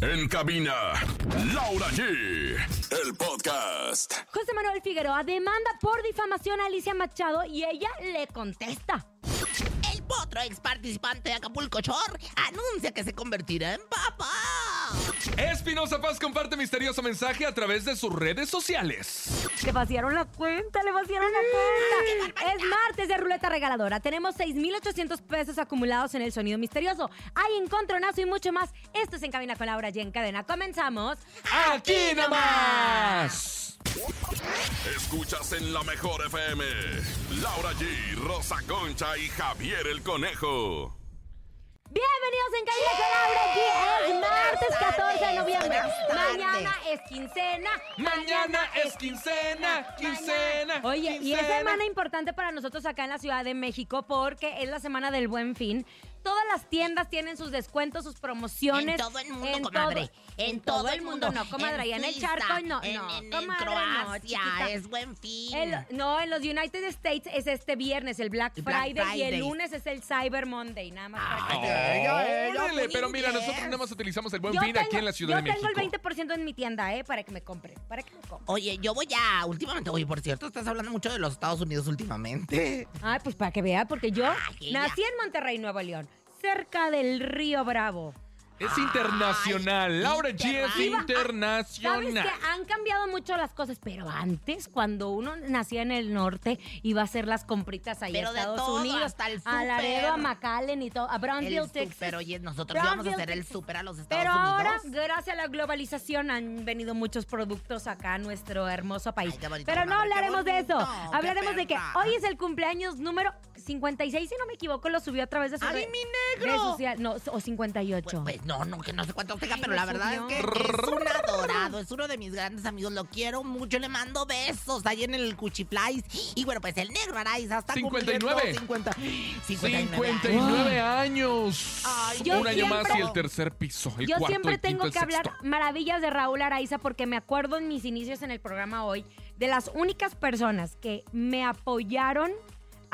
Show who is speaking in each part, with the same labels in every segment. Speaker 1: En cabina, Laura G. El podcast.
Speaker 2: José Manuel Figueroa demanda por difamación a Alicia Machado y ella le contesta.
Speaker 3: El potro ex participante de Acapulco Shore anuncia que se convertirá en papá.
Speaker 4: Espinosa Paz comparte misterioso mensaje a través de sus redes sociales.
Speaker 2: Le vaciaron la cuenta, le vaciaron la cuenta. Es martes de ruleta regaladora. Tenemos 6,800 pesos acumulados en el sonido misterioso. Hay encontronazo y mucho más. Esto es En Cabina con Laura y en Cadena. Comenzamos.
Speaker 4: ¡Aquí nomás!
Speaker 1: Escuchas en la mejor FM. Laura G, Rosa Concha y Javier el Conejo.
Speaker 2: Bienvenidos en Cabina con Laura G. Es martes 14 de noviembre. Mañana es quincena.
Speaker 4: Mañana es quincena, quincena.
Speaker 2: Oye, y es
Speaker 4: quincena.
Speaker 2: semana importante para nosotros acá en la Ciudad de México porque es la semana del Buen Fin. Todas las tiendas tienen sus descuentos, sus promociones.
Speaker 3: En todo el mundo, comadre. En, todo, el mundo.
Speaker 2: No, comadre, y en el
Speaker 3: Suiza,
Speaker 2: charco no,
Speaker 3: En,
Speaker 2: no,
Speaker 3: en- en
Speaker 2: comadre, no,
Speaker 3: Croacia,
Speaker 2: chiquita.
Speaker 3: es buen fin.
Speaker 2: El- no, en los United States es este viernes el Black
Speaker 3: El
Speaker 2: Friday,
Speaker 3: Black
Speaker 2: y el
Speaker 3: Friday.
Speaker 2: lunes es el Cyber Monday, nada más. para que-
Speaker 4: Órale, pero mira, nosotros nada más utilizamos el buen
Speaker 2: Yo
Speaker 4: fin aquí
Speaker 2: tengo-
Speaker 4: en la Ciudad de
Speaker 2: Yo tengo
Speaker 4: México.
Speaker 2: el 20% en mi tienda, ¿eh? Para que me compren, para que me compren.
Speaker 3: Oye, yo voy a. Últimamente, oye, por cierto, estás hablando mucho de los Estados Unidos últimamente.
Speaker 2: Ay, pues para que vea, porque yo
Speaker 3: Ay, ella.
Speaker 2: nací en Monterrey, Nuevo León, cerca del Río Bravo.
Speaker 4: Es internacional.
Speaker 3: Ay,
Speaker 4: Laura G es
Speaker 3: interna-
Speaker 2: Sabes que
Speaker 4: internacional.
Speaker 2: han cambiado mucho las cosas, pero antes, cuando uno nacía en el norte, iba a hacer las compritas ahí
Speaker 3: Pero
Speaker 2: a
Speaker 3: de
Speaker 2: Estados
Speaker 3: todo,
Speaker 2: Unidos.
Speaker 3: hasta el
Speaker 2: A Laredo, a
Speaker 3: súper.
Speaker 2: McAllen y todo, a Brownville,
Speaker 3: El
Speaker 2: Texas.
Speaker 3: súper, oye, nosotros íbamos a
Speaker 2: Brownfield,
Speaker 3: hacer el
Speaker 2: Texas.
Speaker 3: súper a los Estados
Speaker 2: Pero
Speaker 3: Unidos.
Speaker 2: ahora, gracias a la globalización, han venido muchos productos acá a nuestro hermoso país.
Speaker 3: Ay, qué bonito,
Speaker 2: Pero no
Speaker 3: comadre, qué
Speaker 2: hablaremos de eso.
Speaker 3: bonito, qué
Speaker 2: Hablaremos de que
Speaker 3: perra.
Speaker 2: hoy es el cumpleaños número 56, si no me equivoco, lo subió a través de su
Speaker 3: ¡Ay,
Speaker 2: red-
Speaker 3: mi
Speaker 2: red
Speaker 3: negro!
Speaker 2: social. No, o 58.
Speaker 3: Pues, pues, no, no, que no sé cuántos tenga,
Speaker 2: Ay,
Speaker 3: pero
Speaker 2: lo
Speaker 3: la verdad
Speaker 2: subió.
Speaker 3: es que es un adorado, es uno de mis grandes amigos, lo quiero mucho, le mando besos ahí en el Cuchiplais. Y bueno, pues el negro Araiza hasta
Speaker 4: 59.
Speaker 3: 50, 59.
Speaker 4: 59 años.
Speaker 3: Ay,
Speaker 2: yo
Speaker 4: Un año más y
Speaker 2: siempre-
Speaker 4: el tercer piso. El
Speaker 2: Yo
Speaker 4: cuarto,
Speaker 2: siempre
Speaker 4: el quinto,
Speaker 2: tengo
Speaker 4: el
Speaker 2: que hablar
Speaker 4: sexto.
Speaker 2: maravillas de Raúl Araiza porque me acuerdo en mis inicios en el programa hoy de las únicas personas que me apoyaron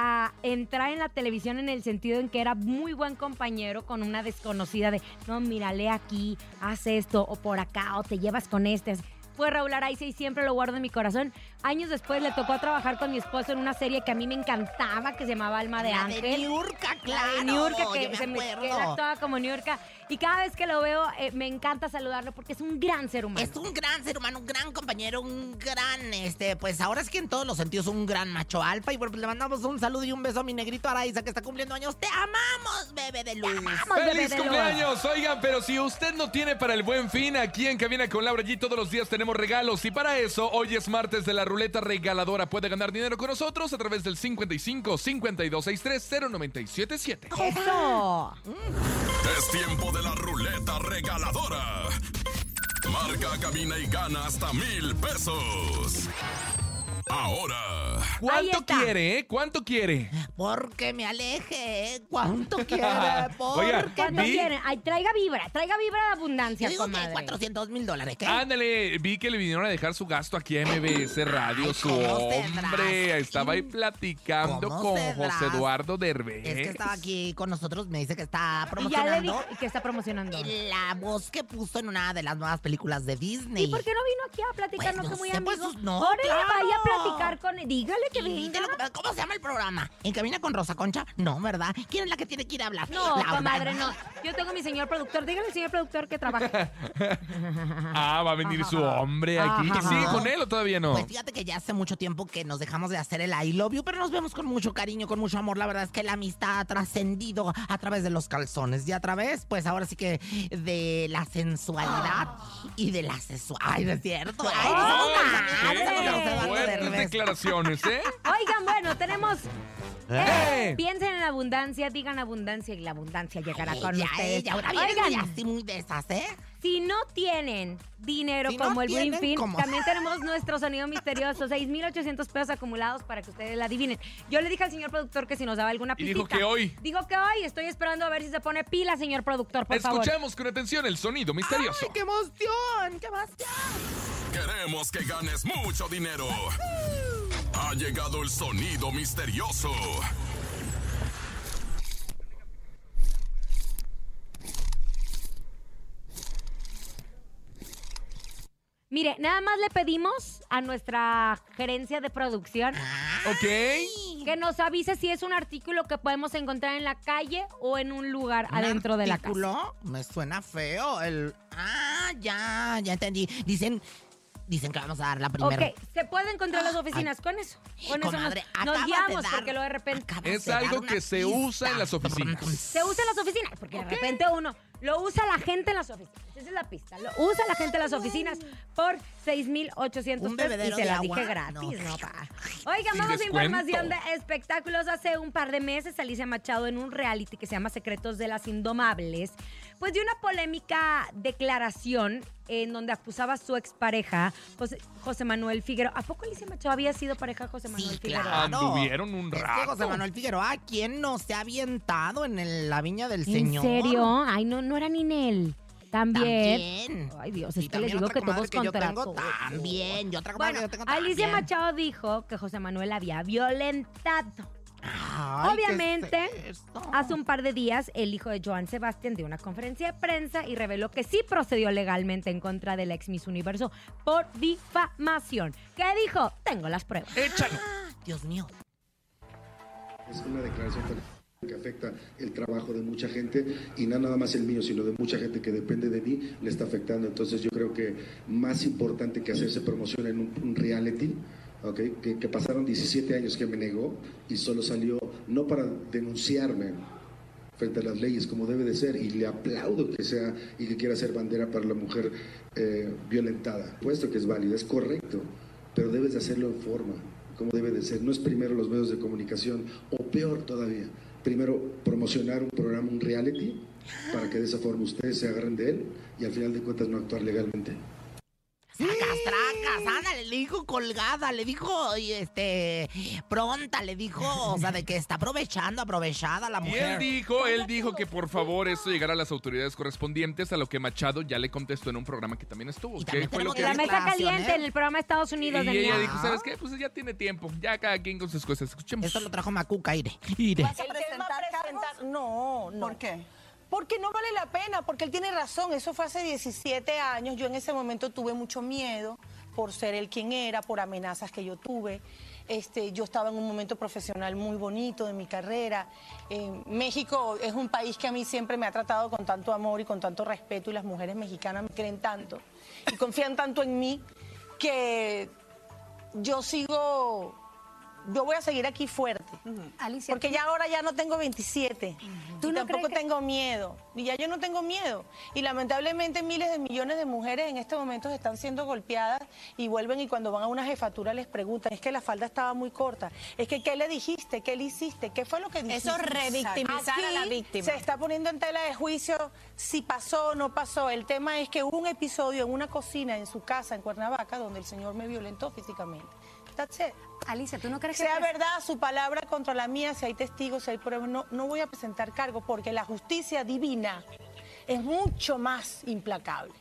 Speaker 2: a entrar en la televisión en el sentido en que era muy buen compañero con una desconocida de, no, mírale aquí, haz esto o por acá o te llevas con este. Fue Raúl Araiza y siempre lo guardo en mi corazón. Años después le tocó trabajar con mi esposo en una serie que a mí me encantaba que se llamaba Alma de
Speaker 3: La
Speaker 2: Ángel.
Speaker 3: de Niurka, claro.
Speaker 2: Ay, Niurka,
Speaker 3: yo
Speaker 2: que
Speaker 3: me
Speaker 2: se me que él
Speaker 3: acuerdo.
Speaker 2: actuaba como Niurka. Y cada vez que lo veo, eh, me encanta saludarlo porque es un gran ser humano.
Speaker 3: Es un gran ser humano, un gran compañero, un gran, este, pues ahora es que en todos los sentidos un gran macho alfa. Y bueno, pues le mandamos un saludo y un beso a mi negrito Araiza que está cumpliendo años. ¡Te amamos, bebé de luz!
Speaker 2: Vamos, bebé
Speaker 4: ¡Feliz
Speaker 2: de luz.
Speaker 4: cumpleaños! Oigan, pero si usted no tiene para el buen fin, aquí en Cabina con Laura G todos los días tenemos regalos. Y para eso, hoy es martes de la ruleta regaladora. Puede ganar dinero con nosotros a través del 55 5263 0977.
Speaker 2: Eso.
Speaker 1: Es tiempo de la ruleta regaladora. Marca, cabina y gana hasta mil pesos. Ahora,
Speaker 2: Ahí
Speaker 4: ¿Cuánto
Speaker 2: está.
Speaker 4: quiere, eh? ¿Cuánto quiere?
Speaker 3: Porque me aleje, ¿eh? ¿Cuánto quiere?
Speaker 4: Oiga,
Speaker 3: Porque...
Speaker 2: ¿Cuánto
Speaker 4: Vi-
Speaker 2: quieren? Ay, traiga vibra, traiga vibra de abundancia,
Speaker 3: Yo digo que
Speaker 2: comadre.
Speaker 3: 400 mil dólares, ¿qué?
Speaker 4: Ándale, vi que le vinieron a dejar su gasto aquí a MBS Radio.
Speaker 3: Ay,
Speaker 4: Su
Speaker 3: ¿cómo tendrás?
Speaker 4: hombre estaba ahí platicando
Speaker 3: ¿Cómo
Speaker 4: con
Speaker 3: tendrás?
Speaker 4: José Eduardo Derbez.
Speaker 3: Es que estaba aquí con nosotros, me dice que está
Speaker 2: Y ya le
Speaker 3: promocionando
Speaker 2: dijo que está promocionando.
Speaker 3: la voz que puso en una de las nuevas películas de Disney.
Speaker 2: ¿Y por qué no vino aquí a platicar?
Speaker 3: Pues,
Speaker 2: no,
Speaker 3: no
Speaker 2: que muy
Speaker 3: sé,
Speaker 2: amigo.
Speaker 3: pues, no,
Speaker 2: Órale,
Speaker 3: claro.
Speaker 2: vaya a platicar con él. Dígale que
Speaker 3: Y
Speaker 2: venga.
Speaker 3: te lo- ¿Cómo se llama el programa? ¿En cabina con Rosa Concha? No, ¿verdad? ¿Quién es la que tiene que ir a hablar?
Speaker 2: No,
Speaker 3: Laura.
Speaker 2: comadre, no. Yo tengo mi señor productor. Dígale al señor productor que trabaja.
Speaker 4: Ah, va a venir su hombre aquí.
Speaker 2: Ajá.
Speaker 4: ¿Y sigue con él o todavía no?
Speaker 3: Pues fíjate que ya hace mucho tiempo que nos dejamos de hacer el I love you, pero nos vemos con mucho cariño, con mucho amor. La verdad es que la amistad ha trascendido a través de los calzones y a través, pues ahora sí que de la sensualidad y de la sexualidad. Ay, no es cierto. Ay, no somos
Speaker 4: Ay,
Speaker 3: tan amables,
Speaker 2: qué
Speaker 3: somos Eduardo
Speaker 4: fuertes
Speaker 3: Derbez.
Speaker 4: declaraciones, ¿eh?
Speaker 2: Oigan, bueno, tenemos
Speaker 4: ¡Eh!
Speaker 2: Piensen en abundancia, digan abundancia y la abundancia llegará con
Speaker 3: Ya,
Speaker 2: ustedes.
Speaker 3: ella, ahora viene
Speaker 2: Oigan,
Speaker 3: así muy de esas, ¿eh?
Speaker 2: si no tienen dinero
Speaker 3: Si no
Speaker 2: como el Buen
Speaker 3: tienen,
Speaker 2: Fin,
Speaker 3: ¿cómo?
Speaker 2: también tenemos nuestro sonido misterioso, 6,800 pesos acumulados para que ustedes la adivinen. Yo le dije al señor productor que si nos daba alguna
Speaker 4: Y
Speaker 2: pista.
Speaker 4: dijo que hoy.
Speaker 2: Dijo que hoy. Estoy esperando a ver si se pone pila, señor productor, por favor.
Speaker 4: Escuchemos con atención el sonido misterioso.
Speaker 3: Ay, qué emoción, qué emoción.
Speaker 1: queremos que ganes mucho dinero. Ha llegado el sonido misterioso.
Speaker 2: Mire, nada más le pedimos a nuestra gerencia de producción
Speaker 4: Ok.
Speaker 2: que nos avise si es un artículo que podemos encontrar en la calle o en un lugar adentro de la casa.
Speaker 3: artículo? Me suena feo. El... Ah, ya, ya entendí. Dicen, dicen que vamos a dar la primera.
Speaker 2: Ok, se puede encontrar en las oficinas con eso. Con eso nos,
Speaker 3: Ah, Comadre,
Speaker 2: nos
Speaker 3: acabas de
Speaker 2: guiamos
Speaker 3: dar-
Speaker 2: porque lo de repente
Speaker 3: acabas
Speaker 4: Es
Speaker 3: de dar
Speaker 4: algo
Speaker 3: una
Speaker 4: que se
Speaker 3: pista.
Speaker 4: usa en las oficinas.
Speaker 2: se usa en las oficinas porque de repente uno lo usa la gente en las oficinas. Esa es la pista. Lo usa la gente en las oficinas por 6,800
Speaker 3: Un
Speaker 2: pesos y
Speaker 3: bebedero
Speaker 2: se
Speaker 3: de
Speaker 2: la
Speaker 3: agua.
Speaker 2: dije gratis,
Speaker 3: No.
Speaker 2: ¿no, pa? Oigan,
Speaker 4: Sin
Speaker 2: vamos a información de
Speaker 4: descuento.
Speaker 2: espectáculos. Hace un par de meses, Alicia Machado en un reality que se llama Secretos de las Indomables, pues dio una polémica declaración en donde acusaba a su expareja, José, José Manuel Figueroa. ¿A poco Alicia Machado había sido pareja de José Manuel Figueroa?
Speaker 3: claro.
Speaker 4: Anduvieron un
Speaker 3: Es que
Speaker 4: rato.
Speaker 3: José Manuel Figueroa, ¿quién no se ha avientado en el- la viña del señor?
Speaker 2: ¿En serio? Ay, no, no era ni en él. También.
Speaker 3: También.
Speaker 2: Ay, Dios,
Speaker 3: Y
Speaker 2: es que les
Speaker 3: también
Speaker 2: digo
Speaker 3: otra
Speaker 2: que todos
Speaker 3: comadre que yo
Speaker 2: contra
Speaker 3: tengo
Speaker 2: todos.
Speaker 3: también. Y otra comadre
Speaker 2: Bueno,
Speaker 3: que yo tengo
Speaker 2: Alicia
Speaker 3: también.
Speaker 2: Machado dijo que José Manuel había violentado.
Speaker 3: Ay, ¿qué es
Speaker 2: Obviamente,
Speaker 3: esto?
Speaker 5: Oh.
Speaker 2: Hace un par de días, el hijo de Joan Sebastián dio una conferencia de prensa y reveló que sí procedió legalmente en contra de la ex Miss Universo por difamación. ¿Qué dijo? Tengo las pruebas.
Speaker 4: Échalo.
Speaker 3: Dios mío.
Speaker 6: Es una declaración tan que afecta el trabajo de mucha gente y no nada más el mío, sino de mucha gente que depende de mí, le está afectando. Entonces yo creo que más importante que hacerse promoción en un, un reality, ¿ok? que, que pasaron 17 años que me negó y solo salió no para denunciarme frente a las leyes como debe de ser y le aplaudo que sea y que quiera ser bandera para la mujer eh, violentada, puesto que es válido, es correcto, pero debes de hacerlo en forma, como debe de ser. No es primero los medios de comunicación o peor todavía, primero promocionar un programa, un reality, para que de esa forma ustedes se agarren de él y al final de cuentas no actuar legalmente.
Speaker 3: Sacas, tracas, ándale, le dijo colgada, le dijo, y, este, pronta, le dijo, o sea, de que está aprovechando, aprovechada la
Speaker 4: Y él
Speaker 3: mujer.
Speaker 4: dijo, él dijo que por favor esto llegara a las autoridades correspondientes, a lo que Machado ya le contestó en un programa que también estuvo.
Speaker 3: Y
Speaker 4: ¿Qué
Speaker 3: también
Speaker 4: fue lo
Speaker 3: tenemos
Speaker 4: que
Speaker 2: En la
Speaker 3: dijo?
Speaker 2: mesa
Speaker 3: ¿eh?
Speaker 2: caliente en el programa de Estados
Speaker 4: Y
Speaker 2: Unidos del
Speaker 4: ella
Speaker 2: Norte.
Speaker 4: dijo, ¿sabes qué? Pues ya tiene tiempo, ya cada quien con sus cosas. Escuchemos.
Speaker 3: Esto lo trajo Macuca, Ire. Ire.
Speaker 7: ¿Vas a presentar cargos?
Speaker 8: No, no.
Speaker 7: ¿Por qué?
Speaker 8: Porque no vale la pena, porque él tiene razón. Eso fue hace 17 años. Yo en ese momento tuve mucho miedo por ser él quien era, por amenazas que yo tuve. Este, yo estaba en un momento profesional muy bonito de mi carrera. Eh, México es un país que a mí siempre me ha tratado con tanto amor y con tanto respeto y las mujeres mexicanas me creen tanto y confían tanto en mí que yo sigo, yo voy a seguir aquí fuerte.
Speaker 5: Alicia,
Speaker 8: porque ya ahora ya no tengo 27.
Speaker 5: ¿Tú
Speaker 8: Y
Speaker 5: no
Speaker 8: tampoco
Speaker 5: crees que-
Speaker 8: tengo miedo. Y ya yo no tengo miedo. Y lamentablemente miles de millones de mujeres en este momento están siendo golpeadas y vuelven y cuando van a una jefatura les preguntan, es que la falda estaba muy corta. Es que ¿qué le dijiste? ¿Qué le hiciste? ¿Qué fue lo que dijiste?
Speaker 5: Eso revictimizar a la
Speaker 8: Aquí
Speaker 5: víctima.
Speaker 8: Se está poniendo en tela de juicio si pasó o no pasó. El tema es que hubo un episodio en una cocina en su casa en Cuernavaca donde el señor me violentó físicamente. That's it
Speaker 5: Alicia, ¿tú no crees que
Speaker 8: sea verdad su palabra contra la mía, si hay testigos, si hay pruebas, no, no voy a presentar cargo porque la justicia divina es mucho más implacable.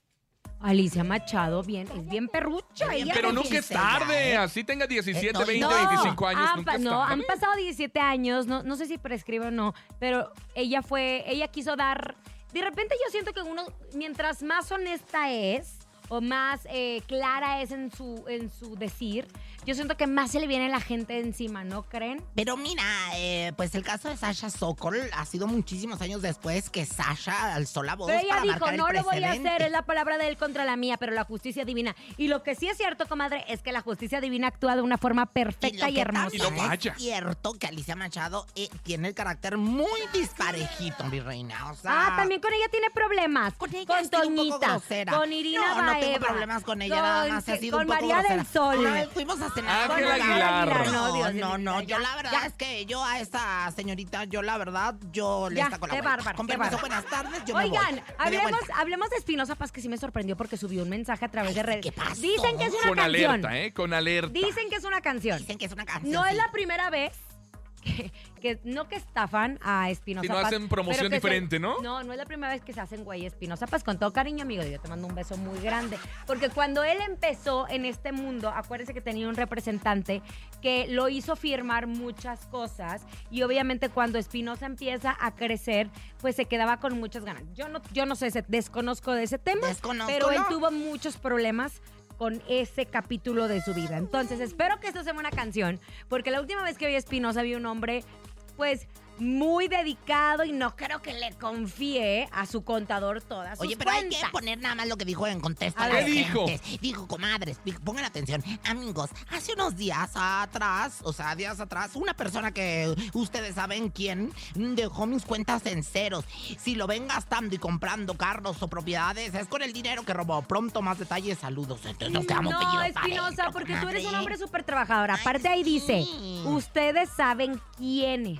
Speaker 2: Alicia Machado, bien, es bien perrucha. ella.
Speaker 4: Pero nunca es
Speaker 3: dijiste ya,
Speaker 4: tarde,
Speaker 3: ¿eh?
Speaker 4: así tenga 17,
Speaker 3: No,
Speaker 4: 20,
Speaker 3: no,
Speaker 4: 25 años,
Speaker 2: han
Speaker 4: nunca
Speaker 2: pa-
Speaker 4: es
Speaker 2: no, han
Speaker 4: tarde.
Speaker 2: pasado 17 años, no, no sé si prescribe o no, pero ella fue, ella quiso dar, de repente yo siento que uno, mientras más honesta es o más eh, clara es en su, en su decir, yo siento que más se le viene la gente encima, ¿no creen?
Speaker 3: Pero mira, eh, pues el caso de Sasha Sokol ha sido muchísimos años después que Sasha alzó la voz
Speaker 2: Pero ella
Speaker 3: para
Speaker 2: dijo,
Speaker 3: marcar el
Speaker 2: no lo voy a
Speaker 3: precedente".
Speaker 2: hacer, es la palabra de él contra la mía, pero la justicia divina. Y lo que sí es cierto, comadre, es que la justicia divina actúa de una forma perfecta y,
Speaker 3: lo que
Speaker 2: hermosa.
Speaker 3: también
Speaker 4: Y no vaya.
Speaker 3: Es cierto que Alicia Machado eh, tiene el carácter muy disparejito, mi reina. O sea,
Speaker 2: Ah, también con ella tiene problemas.
Speaker 3: Con
Speaker 2: Con,
Speaker 3: ella ha sido un poco
Speaker 2: Toñita,
Speaker 3: grosera.
Speaker 2: con Irina
Speaker 3: no, no tengo
Speaker 2: Baeva,
Speaker 3: problemas con ella, nada
Speaker 2: con-
Speaker 3: más ha sido
Speaker 2: Con
Speaker 3: un poco
Speaker 2: María del
Speaker 3: grosera.
Speaker 2: Sol.
Speaker 3: Una vez fuimos a cenar
Speaker 4: Ángel
Speaker 3: con María
Speaker 4: Aguilar.
Speaker 3: del Sol.
Speaker 2: No, Dios mío,
Speaker 3: No, no, no, yo
Speaker 2: ya,
Speaker 3: la verdad
Speaker 2: ya.
Speaker 3: es que yo a esa señorita, yo la verdad, yo le
Speaker 2: Ya,
Speaker 3: saco la
Speaker 2: qué
Speaker 3: vuelta.
Speaker 2: bárbara,
Speaker 3: Con
Speaker 2: qué
Speaker 3: permiso,
Speaker 2: bárbara.
Speaker 3: buenas tardes, yo me voy.
Speaker 2: Oigan,
Speaker 3: Me doy
Speaker 2: hablemos,
Speaker 3: vuelta.
Speaker 2: hablemos de Espinosa Paz, que sí me sorprendió porque subió un mensaje a través de redes.
Speaker 3: ¿qué pasó?
Speaker 2: Dicen que es una
Speaker 4: Con
Speaker 2: canción.
Speaker 4: alerta, ¿eh? Con alerta.
Speaker 2: Dicen que es una canción.
Speaker 3: Dicen que es una canción.
Speaker 2: No es
Speaker 3: sí.
Speaker 2: la primera vez que, que- no que estafan a Espinosa
Speaker 4: Sino
Speaker 2: Paz.
Speaker 4: hacen promoción
Speaker 2: pero que se-
Speaker 4: diferente, ¿no?
Speaker 2: No, no es la primera vez que se hacen güey Espinosa Paz. Con todo cariño, amigo, yo te mando un beso muy grande. Porque cuando él empezó en este mundo, acuérdense que tenía un representante que lo hizo firmar muchas cosas. Y obviamente cuando Espinosa empieza a crecer, pues se quedaba con muchas ganas. Yo no, yo no sé, se- desconozco de ese tema.
Speaker 3: Desconozco,
Speaker 2: pero él
Speaker 3: ¿no?
Speaker 2: tuvo muchos problemas con ese capítulo de su vida. Entonces, espero que esto sea una canción, porque la última vez que vi a Espinosa vi un hombre, pues, muy dedicado y no creo que le confíe a su contador todas sus
Speaker 3: Oye, pero hay que
Speaker 2: cuentas.
Speaker 3: poner nada más lo que dijo en contesta.
Speaker 2: A
Speaker 3: las
Speaker 2: ver.
Speaker 4: ¿Qué dijo?
Speaker 3: gentes. Dijo, comadres, pi- pongan atención. Amigos, hace unos días atrás, o sea, días atrás, una persona que ustedes saben quién mm, dejó mis cuentas en ceros. Si lo ven gastando y comprando carros o propiedades, es con el dinero que robó. Pronto más detalles, saludos. Entonces nos quedamos
Speaker 2: No,
Speaker 3: pellido
Speaker 2: Espinosa,
Speaker 3: parejo,
Speaker 2: porque tú eres un
Speaker 3: comadre.
Speaker 2: hombre súper trabajador. Aparte ahí dice,
Speaker 3: sí.
Speaker 2: ustedes saben quiénes.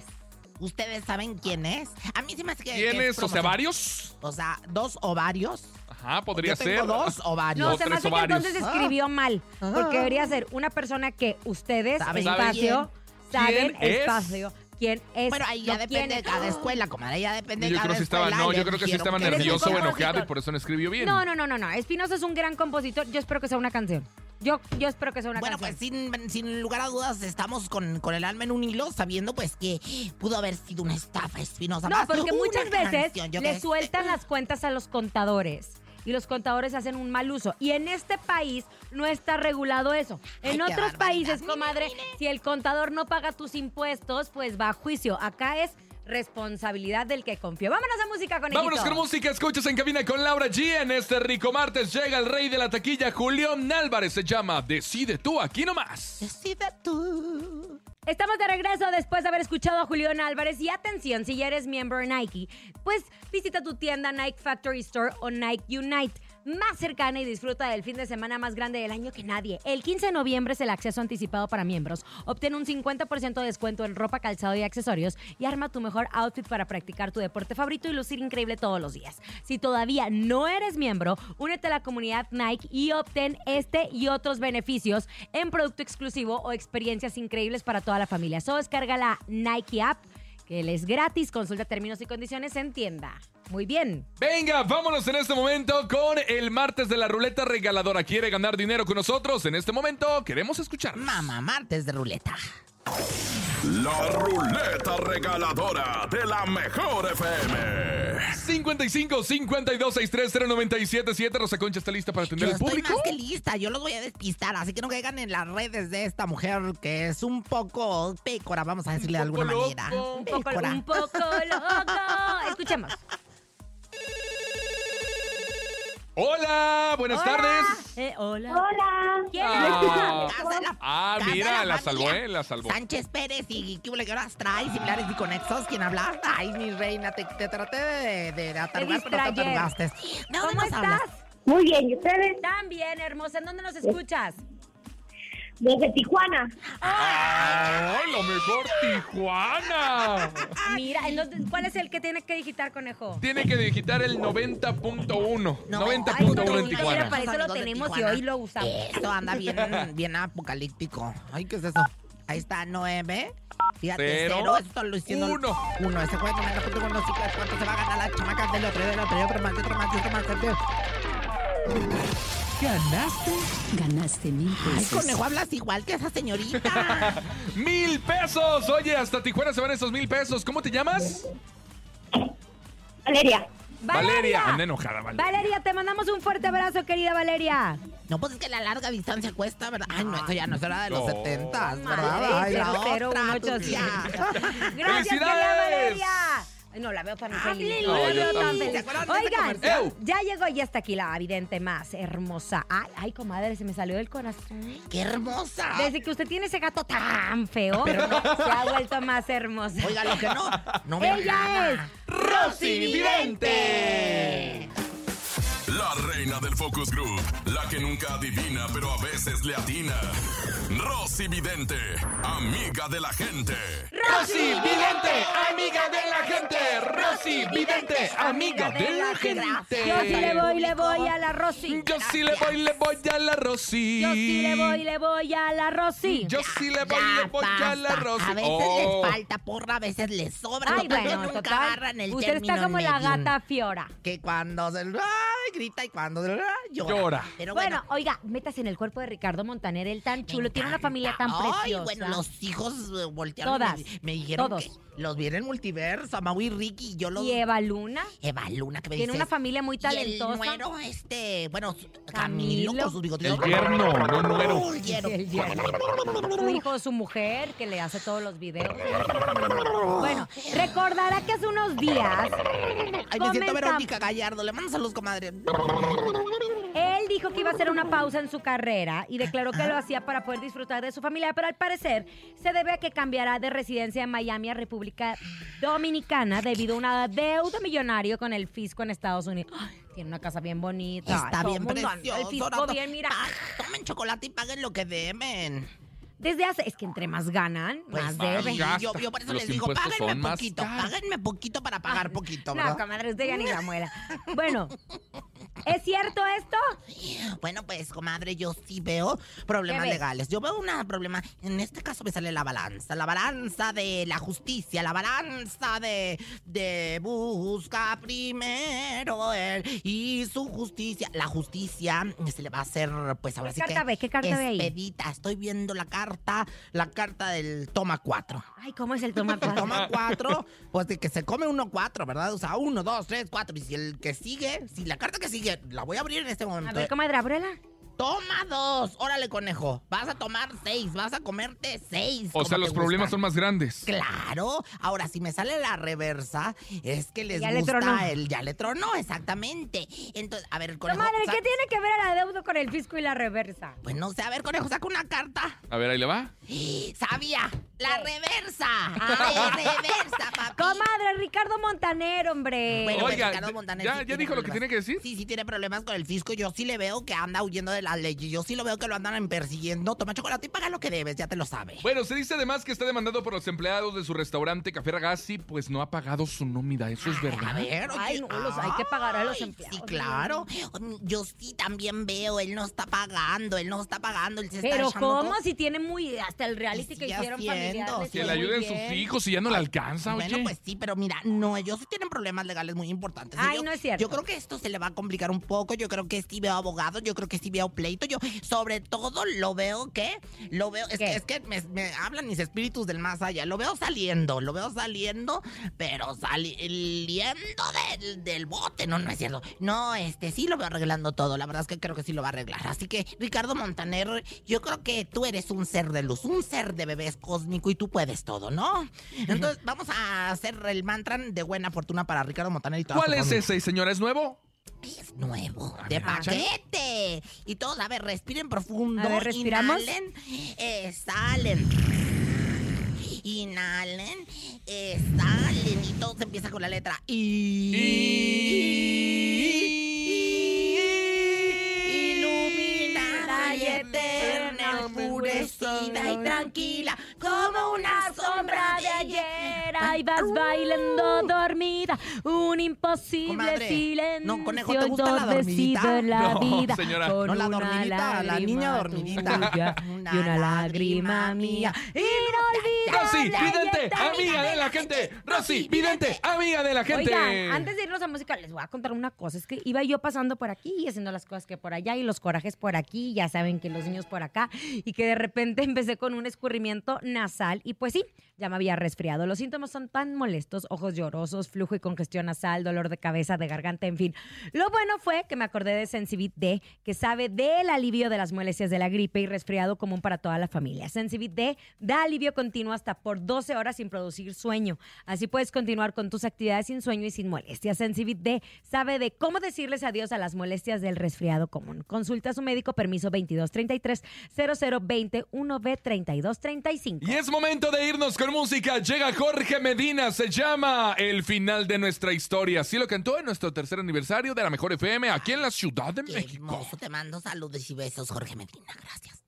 Speaker 3: ¿Ustedes saben quién es? A mí se me hace que. que
Speaker 4: ¿Tienes, o sea,
Speaker 3: promoción.
Speaker 4: varios?
Speaker 3: O sea, dos ovarios.
Speaker 4: Ajá, podría
Speaker 3: Yo tengo
Speaker 4: ser.
Speaker 3: dos ovarios.
Speaker 2: No,
Speaker 4: Los
Speaker 2: se me
Speaker 4: tres
Speaker 2: hace que
Speaker 4: ovarios.
Speaker 2: entonces escribió mal.
Speaker 3: Ah.
Speaker 2: Porque debería ser una persona que ustedes,
Speaker 3: Saben
Speaker 2: espacio,
Speaker 4: quién.
Speaker 2: saben,
Speaker 4: ¿Quién es?
Speaker 2: espacio, quién es.
Speaker 3: Bueno, ahí ya
Speaker 2: no
Speaker 3: depende de
Speaker 2: quién es.
Speaker 3: cada escuela, comadre. Ya depende de
Speaker 4: Yo
Speaker 3: cada
Speaker 4: creo que sí estaba,
Speaker 3: escuela.
Speaker 4: no,
Speaker 3: le
Speaker 4: yo creo que sí
Speaker 3: dijeron
Speaker 4: estaba
Speaker 3: que-
Speaker 4: nervioso o
Speaker 2: compositor.
Speaker 4: enojado y por eso no escribió bien.
Speaker 2: No, no, no, no, no. Espinosa es un gran compositor. Yo espero que sea una canción. Yo, yo espero que sea una
Speaker 3: Bueno, pues
Speaker 2: canción.
Speaker 3: sin, sin lugar a dudas estamos con, con el alma en un hilo, sabiendo pues que pudo haber sido una estafa espinosa.
Speaker 2: no,
Speaker 3: más
Speaker 2: porque
Speaker 3: una
Speaker 2: muchas veces
Speaker 3: canción, yo
Speaker 2: le
Speaker 3: qué
Speaker 2: sueltan las cuentas a los contadores. Y los contadores hacen un mal uso. Y en este país no está regulado eso.
Speaker 3: Ay,
Speaker 2: En
Speaker 3: qué
Speaker 2: otros
Speaker 3: barbaridad.
Speaker 2: países,
Speaker 3: Mire,
Speaker 2: comadre, si el contador no paga tus impuestos, pues va a juicio. Acá es responsabilidad del que confió. Vámonos a música con
Speaker 4: Vámonos con música, escuchas en cabina con Laura G. En este rico martes llega el rey de la taquilla, Julián Álvarez. Se llama Decide tú, aquí nomás.
Speaker 3: Decide tú.
Speaker 2: Estamos de regreso después de haber escuchado a Julián Álvarez. Y atención, si ya eres miembro de Nike, pues visita tu tienda Nike Factory Store o Nike Unite más cercana y disfruta del fin de semana más grande del año que nadie. El 15 de noviembre es el acceso anticipado para miembros. Obtén un 50% de descuento en ropa, calzado y accesorios y arma tu mejor outfit para practicar tu deporte favorito y lucir increíble todos los días. Si todavía no eres miembro, únete a la comunidad Nike y obtén este y otros beneficios en producto exclusivo o experiencias increíbles para toda la familia. Solo descarga la Nike app, que es gratis. Consulta términos y condiciones en tienda. Muy bien.
Speaker 4: Venga, vámonos en este momento con el martes de la ruleta regaladora. ¿Quiere ganar dinero con nosotros? En este momento queremos escuchar.
Speaker 3: Mamá, martes de ruleta.
Speaker 1: La ruleta regaladora de la mejor FM.
Speaker 4: 55 52 63 0977 Rosa Concha está lista para
Speaker 3: Yo
Speaker 4: atender al
Speaker 3: estoy
Speaker 4: público.
Speaker 3: más que lista, yo los voy a despistar, así que no caigan en las redes de esta mujer que es un poco pécora, vamos a decirle de
Speaker 4: poco
Speaker 3: alguna manera.
Speaker 4: loco.
Speaker 2: Un poco,
Speaker 3: Pécora.
Speaker 2: un poco loco. Escuchemos.
Speaker 4: Hola, buenas
Speaker 2: Hola.
Speaker 4: tardes.
Speaker 2: Eh, hola.
Speaker 7: Hola.
Speaker 2: ¿Quién
Speaker 4: Ah.
Speaker 2: habla?
Speaker 3: Casa de la-
Speaker 4: Ah,
Speaker 3: casa de
Speaker 4: mira, la salvó,
Speaker 3: familia.
Speaker 4: eh, la salvó.
Speaker 3: Sánchez Pérez y qué huele que horas trae, similares y conexos, ¿quién habla? Ay, mi reina, te, te traté de, de, de atarugar, pero no te
Speaker 2: distrayer.
Speaker 3: atarugaste. ¿De dónde
Speaker 2: ¿Cómo
Speaker 3: nos hablas?
Speaker 2: estás?
Speaker 7: Muy bien, ¿y ustedes?
Speaker 2: Tan bien, hermosa. ¿En dónde nos escuchas?
Speaker 7: Desde Tijuana.
Speaker 4: Ah, lo mejor Tijuana.
Speaker 3: Ah,
Speaker 2: Mira, entonces, ¿cuál es el que tiene que digitar, conejo?
Speaker 4: Tiene que digitar el 90.1.
Speaker 3: No,
Speaker 2: Ay,
Speaker 4: 90.1
Speaker 2: no,
Speaker 4: en
Speaker 2: ni siquiera
Speaker 4: Tijuana.
Speaker 2: para eso lo
Speaker 3: Amigos de
Speaker 2: tenemos y
Speaker 3: Tijuana.
Speaker 2: hoy lo usamos.
Speaker 3: Esto anda bien, bien apocalíptico. Ay, ¿qué es eso? Ahí está, 9. Fíjate,
Speaker 4: Cero,
Speaker 3: cero. Esto lo diciendo.
Speaker 4: uno.
Speaker 3: Uno. Este juego con el punto con los chicos. ¿Cuánto se va a ganar la chamaca del otro, del otro, del otro, más, del otro, más, del otro, más, del otro? ¿Ganaste?
Speaker 5: Ganaste mil
Speaker 3: Ay,
Speaker 5: pesos.
Speaker 3: conejo, hablas igual que esa señorita.
Speaker 4: ¡Mil pesos! Oye, hasta Tijuana se van esos mil pesos. ¿Cómo te llamas?
Speaker 7: Valeria.
Speaker 2: Valeria.
Speaker 4: Anda enojada, Valeria.
Speaker 2: Valeria, te mandamos un fuerte abrazo, querida Valeria.
Speaker 3: No, pues es que la larga distancia cuesta, ¿verdad? Ay, no, eso ya no eso era de los
Speaker 4: No.
Speaker 3: 70,
Speaker 2: Madre,
Speaker 3: ¿verdad? Ay, la
Speaker 2: cero, cero,
Speaker 3: otra,
Speaker 2: uno,
Speaker 3: tu
Speaker 2: ocho,
Speaker 3: tía.
Speaker 2: Gracias, querida
Speaker 4: ¡Felicidades!
Speaker 2: Valeria. Ay, No, la veo tan feliz.
Speaker 4: No,
Speaker 2: No, la
Speaker 4: yo
Speaker 2: veo tan
Speaker 4: tampoco.
Speaker 2: feliz.
Speaker 3: ¿Se acuerdan de ese
Speaker 2: Oigan,
Speaker 4: comercial? ¡Ew!
Speaker 2: ya llegó y hasta aquí la vidente más hermosa. Ay, ay, comadre, se me salió del corazón.
Speaker 3: ¡Qué hermosa!
Speaker 2: Desde que usted tiene ese gato tan feo, se ha vuelto más hermosa.
Speaker 3: Oiga, lo que no, no me
Speaker 2: Ella es.
Speaker 4: ¡Rosy Vidente!
Speaker 1: La reina del Focus Group, la que nunca adivina pero a veces le atina. Rosy Vidente, amiga de la gente.
Speaker 4: Rosy Vidente, amiga de la gente. Rosy Vidente, amiga de la gente.
Speaker 2: Yo sí le voy, le voy a la Rosy.
Speaker 4: Yo sí le voy, le voy a la Rosy.
Speaker 2: Yo sí le voy, le voy a la Rosy.
Speaker 4: Yo sí le voy,
Speaker 3: Ya
Speaker 4: le voy a la
Speaker 3: basta.
Speaker 4: Rosy.
Speaker 3: A veces
Speaker 4: Oh.
Speaker 3: les falta porra, a veces les sobra.
Speaker 2: Ay,
Speaker 3: total,
Speaker 2: bueno,
Speaker 3: nunca
Speaker 2: total,
Speaker 3: agarran el
Speaker 2: Usted está
Speaker 3: término
Speaker 2: como la
Speaker 3: medio.
Speaker 2: gata Fiora.
Speaker 3: Que cuando se... ¡Ay, grita y cuando llora.
Speaker 4: Llora.
Speaker 3: Pero
Speaker 2: Bueno, oiga, métase en el cuerpo de Ricardo Montaner, él tan
Speaker 3: me
Speaker 2: chulo, tiene una
Speaker 3: encanta.
Speaker 2: familia tan
Speaker 3: Ay,
Speaker 2: preciosa.
Speaker 3: bueno, los hijos eh, voltearon. y
Speaker 2: Todas,
Speaker 3: me, me dijeron
Speaker 2: todos.
Speaker 3: que los viene el multiverso, Mau y Ricky, y yo los...
Speaker 2: Y Eva Luna
Speaker 3: Eva Luna, que me
Speaker 2: tiene
Speaker 3: dices,
Speaker 2: una familia muy
Speaker 3: Y el
Speaker 2: talentosa.
Speaker 3: nuero este, bueno, su- Camilo,
Speaker 2: Camilo.
Speaker 3: con sus bigotes.
Speaker 4: El yerno, no nuero.
Speaker 3: El yerno.
Speaker 2: El yerno. Su hijo, su mujer, que le hace todos los videos. Bueno, recordará que hace unos días
Speaker 3: Ay, me siento
Speaker 2: comenta-
Speaker 3: Verónica Gallardo. Le mando saludos, comadre.
Speaker 2: él dijo que iba a hacer una pausa en su carrera y declaró que lo hacía para poder disfrutar de su familia, pero al parecer se debe a que cambiará de residencia en Miami a República Dominicana debido a una deuda millonario con el fisco en Estados Unidos. ¡Ay! Tiene una casa bien bonita.
Speaker 3: Está
Speaker 2: Todo
Speaker 3: bien
Speaker 2: mundo anda-
Speaker 3: precioso. Ah.
Speaker 2: El fisco
Speaker 3: Dorato.
Speaker 2: bien, mira.
Speaker 3: Pa- tomen chocolate y paguen lo que deben.
Speaker 2: Desde hace, es que entre más ganan,
Speaker 3: Pues
Speaker 2: más
Speaker 3: vaya,
Speaker 2: deben.
Speaker 3: Yo, yo por eso
Speaker 4: Los
Speaker 3: les digo,
Speaker 4: impuestos
Speaker 3: páguenme
Speaker 4: son más
Speaker 3: poquito,
Speaker 4: caros.
Speaker 3: páguenme poquito para pagar poquito,
Speaker 2: Ah, No,
Speaker 3: ¿verdad?
Speaker 2: comadre, usted ya ni la muela. Bueno, ¿es cierto esto?
Speaker 3: Bueno, pues, comadre, yo sí veo problemas
Speaker 2: ¿Qué ves?
Speaker 3: legales. Yo veo un problema, en este caso me sale la balanza, la balanza de la justicia, la balanza de, de busca primero él y su justicia. La justicia se le va a hacer, pues, ahora
Speaker 2: ¿Qué
Speaker 3: sí
Speaker 2: carta
Speaker 3: que...
Speaker 2: ve? ¿Qué carta ve ahí?
Speaker 3: expedita. Estoy viendo la carta, la carta del toma cuatro.
Speaker 2: Ay, ¿cómo es el toma
Speaker 3: El
Speaker 2: cuatro?
Speaker 3: toma cuatro, pues de que se come uno cuatro, ¿verdad? O sea, uno, dos, tres, cuatro. Y si el que sigue, si la carta que sigue, la voy a abrir en este
Speaker 2: A
Speaker 3: momento.
Speaker 2: ver, comadre, ábrela.
Speaker 3: Toma dos. Órale, conejo. Vas a tomar seis. Vas a comerte seis.
Speaker 4: O sea, los problemas son más grandes.
Speaker 3: Claro. Ahora, si me sale la reversa, es que les
Speaker 2: Ya le
Speaker 3: gusta
Speaker 2: tronó.
Speaker 3: el ya le tronó, exactamente. Entonces, a ver, conejo.
Speaker 2: Comadre,
Speaker 3: sa-
Speaker 2: ¿qué tiene que ver el adeudo con el fisco y la reversa?
Speaker 3: Pues no sé, a ver, conejo, saca una carta.
Speaker 4: A ver, ahí le va.
Speaker 3: Sabía, la reversa.
Speaker 2: Ah.
Speaker 3: La reversa, papi.
Speaker 2: Comadre, Ricardo Montaner, hombre.
Speaker 3: Bueno,
Speaker 4: Oiga,
Speaker 3: pues, Ricardo
Speaker 4: ya-
Speaker 3: Montaner
Speaker 4: ya
Speaker 3: sí tiene
Speaker 4: dijo lo que
Speaker 3: problemas.
Speaker 4: tiene que decir.
Speaker 3: Sí, sí tiene problemas con el fisco. Yo sí le veo que anda huyendo de la ley. Yo sí lo veo que lo andan persiguiendo. Toma chocolate y paga lo que debes, ya te lo sabes.
Speaker 4: Bueno, se dice además que está demandado por los empleados de su restaurante Café Ragazzi, pues no ha pagado su nómina. Eso es
Speaker 3: Ah, A
Speaker 4: verdad.
Speaker 3: ver, oye,
Speaker 2: Ay, no, los- hay que pagar a los
Speaker 3: ay,
Speaker 2: empleados,
Speaker 3: Sí, claro. Yo sí también veo, él no está pagando, él no está pagando, él se está Pues
Speaker 2: Pero
Speaker 3: echando
Speaker 2: ¿cómo?
Speaker 3: todo.
Speaker 2: Si tiene muy... Hasta el reality que
Speaker 3: sigue
Speaker 2: hicieron
Speaker 3: haciendo,
Speaker 2: familiares.
Speaker 4: Que le
Speaker 3: Muy
Speaker 4: ayuden sus hijos y ya no le alcanza,
Speaker 3: Bueno,
Speaker 4: oye.
Speaker 3: pues sí, pero mira, no, ellos sí tienen problemas legales muy importantes.
Speaker 2: Ay,
Speaker 3: Yo-
Speaker 2: no es cierto.
Speaker 3: Yo creo que esto se le va a complicar un poco. Yo creo que sí veo abogados, yo creo que sí veo pleito. Yo, sobre todo, lo veo que, lo veo, es
Speaker 2: ¿Qué?
Speaker 3: que, es que me, me hablan mis espíritus del más allá. Lo veo saliendo, lo veo saliendo, pero saliendo del, del bote. No, no es cierto. No, este sí lo veo arreglando todo. La verdad es que creo que sí lo va a arreglar. Así que, Ricardo Montaner, yo creo que tú eres un ser de luz, un ser de bebés cósmico y tú puedes todo, ¿no? Entonces, vamos a hacer el mantra de buena fortuna para Ricardo Montaner y toda
Speaker 4: ¿Cuál
Speaker 3: su
Speaker 4: es
Speaker 3: familia.
Speaker 4: ese, señora? ¿Es nuevo?
Speaker 3: Es nuevo,
Speaker 2: Ah,
Speaker 4: A
Speaker 3: de
Speaker 4: ver, échale.
Speaker 3: paquete. Y todos, a ver, respiren profundo.
Speaker 2: A ver, ¿respiramos?
Speaker 3: Inhalen, exhalen. Inhalen, exhalen. Y todo se empieza con la letra I. Iluminada y eterna, enfurecida y tranquila, como una sombra de ayer.
Speaker 2: Ahí vas bailando dormida, un imposible
Speaker 3: Comadre,
Speaker 2: silencio.
Speaker 3: no, conejo, ¿te gusta
Speaker 2: yo
Speaker 3: la dormidita?
Speaker 2: decido en la
Speaker 4: No,
Speaker 2: vida.
Speaker 4: señora.
Speaker 2: con
Speaker 3: No, la
Speaker 2: una
Speaker 3: dormidita, la
Speaker 2: lágrima
Speaker 3: niña dormidita.
Speaker 2: tuya
Speaker 3: Una
Speaker 2: y una lágrima
Speaker 3: lágrima
Speaker 2: mía.
Speaker 3: mía.
Speaker 2: Inolvidable.
Speaker 4: Rosy, vidente,
Speaker 2: Esta
Speaker 4: amiga de la gente. Rosy, vidente, amiga de la gente.
Speaker 2: Oigan, antes de irnos a música, les voy a contar una cosa. Es que iba yo pasando por aquí y haciendo las cosas que por allá y los corajes por aquí, ya saben que los niños por acá, y que de repente empecé con un escurrimiento nasal y pues sí, ya me había resfriado. Los síntomas son tan molestos, ojos llorosos, flujo y congestión nasal, dolor de cabeza, de garganta, en fin. Lo bueno fue que me acordé de Sensibit D, que sabe del alivio de las molestias de la gripe y resfriado común para toda la familia. Sensibit D da alivio continuo hasta por 12 horas sin producir sueño. Así puedes continuar con tus actividades sin sueño y sin molestias. Sensibit D sabe de cómo decirles adiós a las molestias del resfriado común. Consulta a su médico permiso 2233 0020 1B 3235.
Speaker 4: Y es momento de irnos con música. Llega Jorge Medina, se llama El final de nuestra historia. Sí lo cantó en nuestro tercer aniversario de la Mejor FM aquí en la Ciudad de
Speaker 3: Qué
Speaker 4: México.
Speaker 3: hermoso, te mando saludos y besos, Jorge Medina, gracias.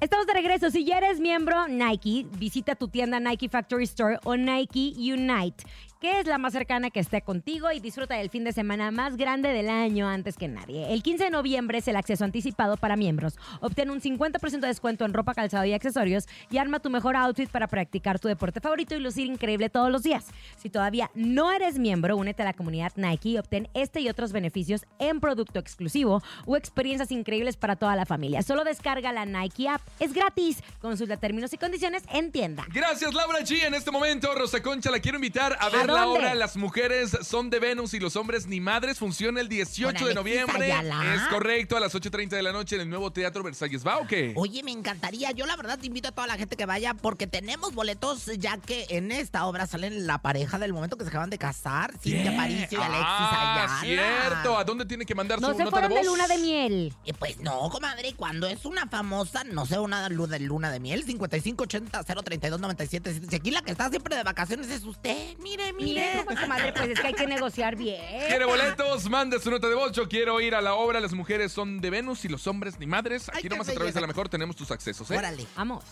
Speaker 2: Estamos de regreso. Si ya eres miembro Nike, visita tu tienda Nike Factory Store o Nike Unite que es la más cercana que esté contigo y disfruta del fin de semana más grande del año antes que nadie. El 15 de noviembre es el acceso anticipado para miembros. Obtén un 50% de descuento en ropa, calzado y accesorios y arma tu mejor outfit para practicar tu deporte favorito y lucir increíble todos los días. Si todavía no eres miembro, únete a la comunidad Nike y obtén este y otros beneficios en producto exclusivo o experiencias increíbles para toda la familia. Solo descarga la Nike app. Es gratis. Consulta términos y condiciones en tienda.
Speaker 4: Gracias, Laura G. En este momento, Rosa Concha, la quiero invitar a ver la
Speaker 2: dónde?
Speaker 4: obra Las mujeres son de Venus y los hombres ni madres. Funciona el 18 de
Speaker 3: Con Alexis
Speaker 4: noviembre.
Speaker 3: Ayala.
Speaker 4: Es correcto, a las 8.30 de la noche en el nuevo Teatro Versalles. ¿Va o qué?
Speaker 3: Oye, me encantaría. Yo la verdad te invito a toda la gente que vaya porque tenemos boletos ya que en esta obra salen la pareja del momento que se acaban de casar, Cintia Paricio y Alexis
Speaker 4: Ah,
Speaker 3: Ayala.
Speaker 4: cierto. ¿A dónde tiene que mandar
Speaker 2: No
Speaker 4: su
Speaker 2: se
Speaker 4: nota de
Speaker 2: fueron de
Speaker 4: voz?
Speaker 2: luna de miel.
Speaker 3: Eh, pues no, comadre, cuando es una famosa, no sé, una luna de luna de miel, 5580-032-97. Si aquí la que está siempre de vacaciones es usted, mire,
Speaker 2: Mire,
Speaker 3: mire.
Speaker 2: como comadre, pues es que hay que negociar bien.
Speaker 4: ¿Quiere boletos? Mande su nota de voz. Yo quiero ir a la obra Las mujeres son de Venus y los hombres ni madres.
Speaker 3: Ay,
Speaker 4: Aquí
Speaker 3: qué
Speaker 4: nomás a través
Speaker 3: belleza.
Speaker 4: de la mejor tenemos tus accesos, ¿eh?
Speaker 3: Órale.
Speaker 2: Vamos.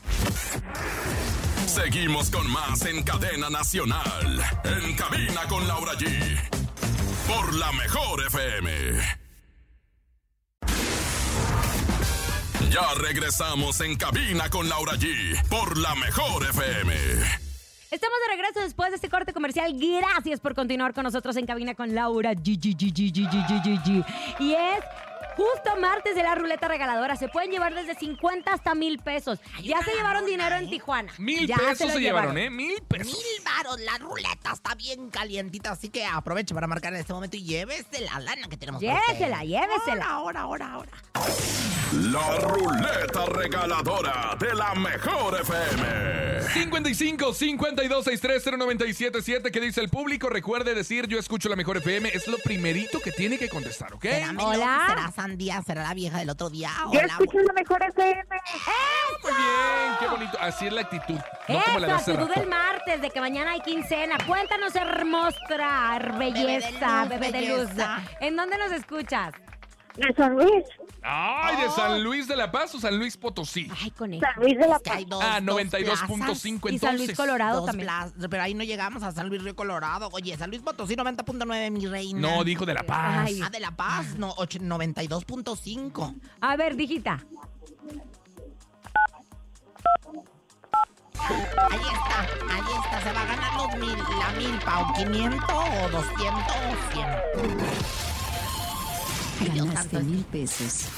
Speaker 1: Seguimos con más en Cadena Nacional. En cabina con Laura G. Por la mejor FM. Ya regresamos en cabina con Laura G. Por la mejor FM.
Speaker 2: Estamos de regreso después de este corte comercial. Gracias por continuar con nosotros en cabina con Laura. G, G, G, G, G, G, G, G, G. Y es justo martes de la ruleta regaladora. Se pueden llevar desde 50 hasta mil pesos. Ya se llevaron dinero en Tijuana.
Speaker 4: Mil
Speaker 2: Ya
Speaker 4: pesos
Speaker 2: lo
Speaker 4: se llevaron, ¿eh? Mil pesos.
Speaker 3: Mil varos, la ruleta está bien calientita, así que aproveche para marcar en este momento y llévese la lana que tenemos. para usted.
Speaker 2: Llévesela, llévesela.
Speaker 3: Ahora, ahora, ahora, ahora.
Speaker 1: La ruleta regaladora de la mejor FM.
Speaker 4: 55 52 63 0977 ¿Qué dice el público? Recuerde decir yo escucho la mejor FM. Es lo primerito que tiene que contestar, ¿ok?
Speaker 3: ¿Será Milo?
Speaker 2: Eh, Hola.
Speaker 3: ¿Será Sandía? ¿Será la vieja del otro día?
Speaker 7: Yo
Speaker 3: Hola,
Speaker 7: escucho la mejor FM.
Speaker 4: Muy bien, qué bonito. Así es la actitud. No como la de
Speaker 2: Eso,
Speaker 4: hace
Speaker 2: actitud
Speaker 4: rato.
Speaker 2: del martes, de que mañana hay quincena. Cuéntanos, hermosa belleza, bebé
Speaker 3: Bebé
Speaker 2: de
Speaker 3: de
Speaker 2: luz.
Speaker 3: luz,
Speaker 2: ¿En dónde nos escuchas?
Speaker 7: De San Luis.
Speaker 4: Ay, de San Luis de la Paz o San Luis Potosí.
Speaker 2: Ay, con él.
Speaker 7: San Luis de la
Speaker 3: es que hay
Speaker 7: Paz.
Speaker 3: dos,
Speaker 4: Ah,
Speaker 3: dos
Speaker 4: 92.5
Speaker 2: Y San Luis
Speaker 3: plazas,
Speaker 4: entonces.
Speaker 2: Colorado
Speaker 3: dos
Speaker 2: también.
Speaker 3: plazas, pero ahí no llegamos a San Luis Río Colorado. Oye, San Luis Potosí 90.9, mi reina.
Speaker 4: No, dijo de la Paz.
Speaker 2: Ay.
Speaker 3: Ah, de La Paz, no, och- 92.5.
Speaker 2: A ver, dijita.
Speaker 3: Ahí está, ahí está. Se va a ganar los mil, la milpa, o 500, o 200, o 100. Ay, Dios santo,
Speaker 5: Ganaste mil pesos.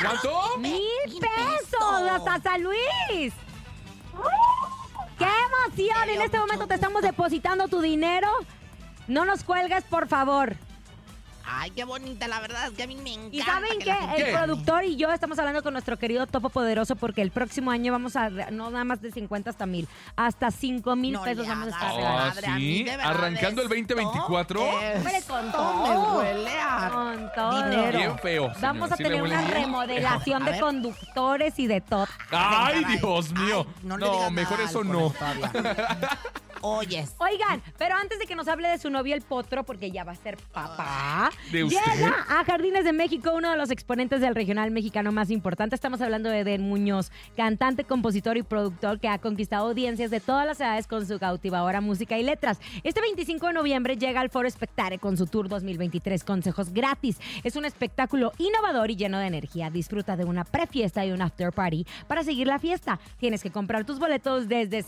Speaker 4: ¿Cuánto?
Speaker 2: ¡Mil
Speaker 3: mil
Speaker 2: pesos
Speaker 3: pesos. ¡Oh!
Speaker 2: hasta San Luis! ¡Qué emoción!
Speaker 3: Me
Speaker 2: En
Speaker 3: dio
Speaker 2: este
Speaker 3: mucho
Speaker 2: momento te
Speaker 3: gusto.
Speaker 2: estamos depositando tu dinero. No nos cuelgues, por favor.
Speaker 3: Ay, qué bonita, la verdad es que a mí me encanta.
Speaker 2: Y saben
Speaker 3: que
Speaker 2: que
Speaker 3: la gente
Speaker 2: el
Speaker 4: ¿Qué?
Speaker 3: gane.
Speaker 2: productor y yo estamos hablando con nuestro querido Topo Poderoso porque el próximo año vamos a, re- no nada más de 50 hasta mil, hasta 5 mil
Speaker 3: No
Speaker 2: pesos
Speaker 3: le
Speaker 2: vamos a estar
Speaker 3: hagas,
Speaker 2: regalando.
Speaker 4: Ah,
Speaker 3: comadre, a
Speaker 4: ¿sí?
Speaker 3: mí de verdad
Speaker 4: ¿Arrancando el
Speaker 3: esto
Speaker 4: 2024?
Speaker 3: es-
Speaker 2: Hombre, con
Speaker 3: esto
Speaker 2: todo.
Speaker 3: Me huele a
Speaker 2: Con todo.
Speaker 3: dinero.
Speaker 4: Bien feo. señora.
Speaker 2: Vamos a
Speaker 4: Sí le
Speaker 2: tener
Speaker 4: huele
Speaker 2: una
Speaker 4: bien feo.
Speaker 2: remodelación
Speaker 3: A
Speaker 2: de
Speaker 3: ver.
Speaker 2: conductores y de todo.
Speaker 4: Ay,
Speaker 3: Venga,
Speaker 4: Dios
Speaker 3: ay,
Speaker 4: mío.
Speaker 3: no, le
Speaker 4: No,
Speaker 3: digas
Speaker 4: mejor
Speaker 3: nada
Speaker 4: eso
Speaker 3: al
Speaker 4: no.
Speaker 3: Conejo todavía. Oyes.
Speaker 2: Oigan, pero antes de que nos hable de su novio el potro, porque ya va a ser papá,
Speaker 4: ¿De usted?
Speaker 2: llega a Jardines de México, uno de los exponentes del regional mexicano más importante. Estamos hablando de Eden Muñoz, cantante, compositor y productor que ha conquistado audiencias de todas las edades con su cautivadora música y letras. Este 25 de noviembre llega al Foro Espectare con su tour 2023 Consejos Gratis. Es un espectáculo innovador y lleno de energía. Disfruta de una prefiesta y un after party para seguir la fiesta. Tienes que comprar tus boletos desde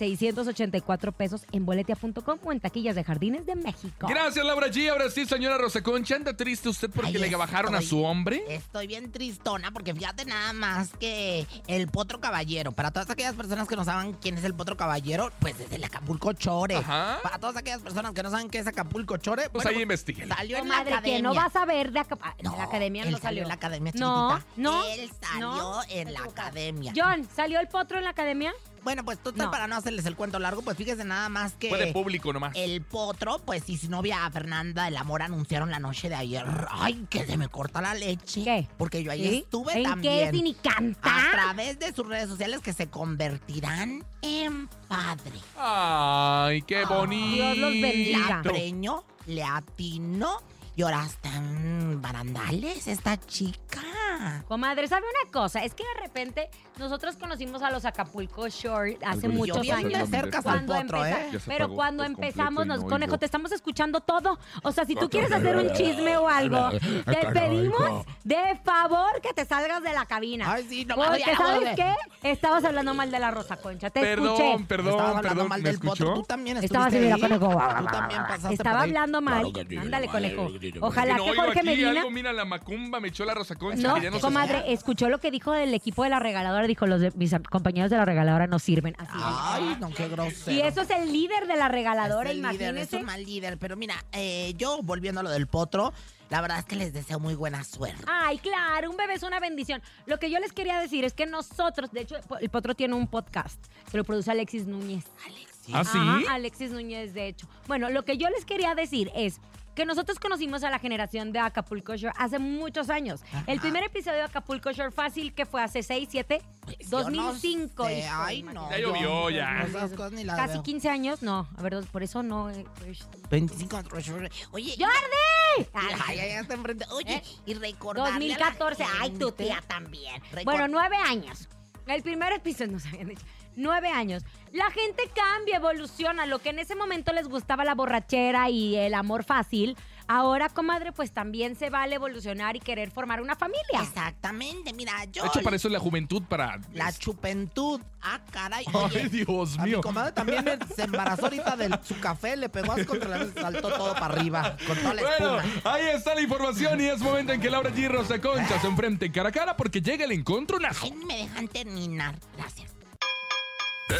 Speaker 2: 684 pesos en boletia.com o en taquillas de Jardines de México.
Speaker 4: Gracias, Laura G. Ahora sí, señora Rosa Concha, anda triste usted porque
Speaker 3: Ahí
Speaker 4: le bajaron a
Speaker 3: estoy.
Speaker 4: su hombre.
Speaker 3: Estoy bien tristona porque fíjate nada más que el Potro Caballero. Para todas aquellas personas que no saben quién es el Potro Caballero, pues es el Acapulco Chore.
Speaker 4: Ajá.
Speaker 3: Para todas aquellas personas que no saben qué es Acapulco Chore,
Speaker 4: Pues
Speaker 3: bueno,
Speaker 4: ahí investiguen.
Speaker 3: salió en
Speaker 2: Comadre,
Speaker 3: la
Speaker 2: que
Speaker 3: academia.
Speaker 2: no vas a ver de aca- en
Speaker 3: No,
Speaker 2: la academia
Speaker 3: él
Speaker 2: no salió.
Speaker 3: en la academia
Speaker 2: No,
Speaker 3: chiquitita.
Speaker 2: no,
Speaker 3: Él salió
Speaker 2: no,
Speaker 3: en la academia.
Speaker 2: John, ¿salió el potro en la academia?
Speaker 3: Bueno, pues total,
Speaker 2: No.
Speaker 3: para no hacerles el cuento largo, pues fíjese nada más que...
Speaker 4: Fue de público nomás.
Speaker 3: El potro, pues y su novia Fernanda del Amor anunciaron la noche de ayer. Ay, que se me corta la leche.
Speaker 2: ¿Qué?
Speaker 3: Porque yo ahí
Speaker 2: ¿Sí?
Speaker 3: estuve
Speaker 2: ¿En
Speaker 3: también.
Speaker 2: qué si ni canta?
Speaker 3: a través de sus redes sociales que se convertirán en padre.
Speaker 4: Ay,
Speaker 3: Ah,
Speaker 4: qué bonito.
Speaker 2: Dios los bendiga.
Speaker 3: La preñó, le atinó y ahora están barandales esta chica. Ah.
Speaker 2: Comadre, ¿sabe una cosa? Es que de repente nosotros conocimos a los Acapulco Short hace
Speaker 4: Yo
Speaker 2: muchos
Speaker 4: vi
Speaker 2: años.
Speaker 4: unas cercas al
Speaker 2: cuando
Speaker 3: potro,
Speaker 2: empeza-
Speaker 4: ¿eh? Ya se
Speaker 2: Pero
Speaker 4: apagó
Speaker 2: cuando
Speaker 4: por completo
Speaker 2: empezamos,
Speaker 4: y
Speaker 2: nos,
Speaker 4: no
Speaker 2: conejo,
Speaker 4: oigo.
Speaker 2: te estamos escuchando todo. O sea, si tú quieres hacer un chisme o algo, te
Speaker 4: Acá no
Speaker 2: pedimos
Speaker 4: oigo.
Speaker 2: de favor que te salgas de la cabina.
Speaker 3: Ay, sí, no me
Speaker 2: Porque,
Speaker 3: voy a
Speaker 2: ¿sabes
Speaker 3: volver.
Speaker 2: qué? Estabas hablando mal de la Rosa Concha. Te
Speaker 4: Perdón,
Speaker 2: escuché.
Speaker 3: Estaba
Speaker 4: perdón,
Speaker 3: hablando
Speaker 4: perdón.
Speaker 3: mal
Speaker 4: ¿Me
Speaker 3: del potro. Tú
Speaker 4: escuchó?
Speaker 3: también
Speaker 2: Estaba así,
Speaker 3: estuviste
Speaker 2: mira,
Speaker 3: ahí.
Speaker 2: conejo.
Speaker 3: Tú también pasaste
Speaker 2: Estaba
Speaker 3: por ahí.
Speaker 2: hablando mal.
Speaker 3: Claro que sí,
Speaker 2: Ándale,
Speaker 3: madre,
Speaker 2: conejo.
Speaker 3: que sí,
Speaker 2: Ojalá
Speaker 4: no
Speaker 2: que
Speaker 4: oigo
Speaker 2: Jorge
Speaker 4: aquí
Speaker 2: Medina.
Speaker 4: algo, mira, la macumba me echó la rosa
Speaker 3: Pues,
Speaker 4: concha.
Speaker 2: No,
Speaker 4: que ya no se
Speaker 2: comadre,
Speaker 4: escucha.
Speaker 2: escuchó lo que dijo el equipo de la regaladora. Dijo, los de- mis am- compañeros de la regaladora no sirven. Así dijo.
Speaker 3: Ay, no, qué grosero.
Speaker 2: y eso es el líder de la regaladora,
Speaker 3: Ah, Es el Este líder, es
Speaker 2: imagínese.
Speaker 3: un mal líder. Pero mira, eh, yo volviendo a lo del potro, la verdad es que les deseo muy buena suerte.
Speaker 2: Ay, claro, un bebé es una bendición. Lo que yo les quería decir es que nosotros, de hecho, el Potro tiene un podcast que lo produce Alexis Núñez.
Speaker 3: Alexis.
Speaker 4: ¿Ah, sí?
Speaker 2: Ajá, Alexis Núñez, de hecho. Bueno, lo que yo les quería decir es que nosotros conocimos a la generación de Acapulco Shore hace muchos años. El primer episodio de Acapulco Shore fácil que fue hace 6, 7,
Speaker 3: Pues yo no
Speaker 2: 2005.
Speaker 3: sé,
Speaker 2: hijo,
Speaker 3: Ay,
Speaker 2: imagínate.
Speaker 3: no.
Speaker 4: Ya
Speaker 3: yo
Speaker 4: llovió, ya.
Speaker 3: no, esas cosas ni las
Speaker 2: Casi
Speaker 3: veo.
Speaker 2: 15 años, no, a ver, por eso no. eh, pues.
Speaker 3: 25 Treasure. Oye,
Speaker 2: ¡Jordi!
Speaker 3: ay,
Speaker 2: Ay,
Speaker 3: ya está enfrente. Oye,
Speaker 2: ¿Eh?
Speaker 3: y recordarle a la
Speaker 2: 2014, ay, tu
Speaker 3: gente-
Speaker 2: tía también.
Speaker 3: Record-
Speaker 2: Bueno, nueve años. El primer episodio nos habían dicho. Nueve años. La gente cambia, evoluciona. Lo que en ese momento les gustaba la borrachera y el amor fácil, ahora, comadre, pues también se vale evolucionar y querer formar una familia.
Speaker 3: Exactamente, mira, yo.
Speaker 4: De hecho, para eso es la juventud, para... este,
Speaker 3: La chupentud. Ah, caray. Oye,
Speaker 4: Ay, Dios
Speaker 3: a mi
Speaker 4: mío.
Speaker 3: comadre también se embarazó ahorita de su café, le pegó así contra la mesa, y saltó todo para arriba, con toda la espuma.
Speaker 4: Bueno, ahí está la información y es momento en que Laura G. y Rosa Concha se enfrenten cara a cara porque llega el encuentro
Speaker 3: Ay, me dejan terminar. Gracias.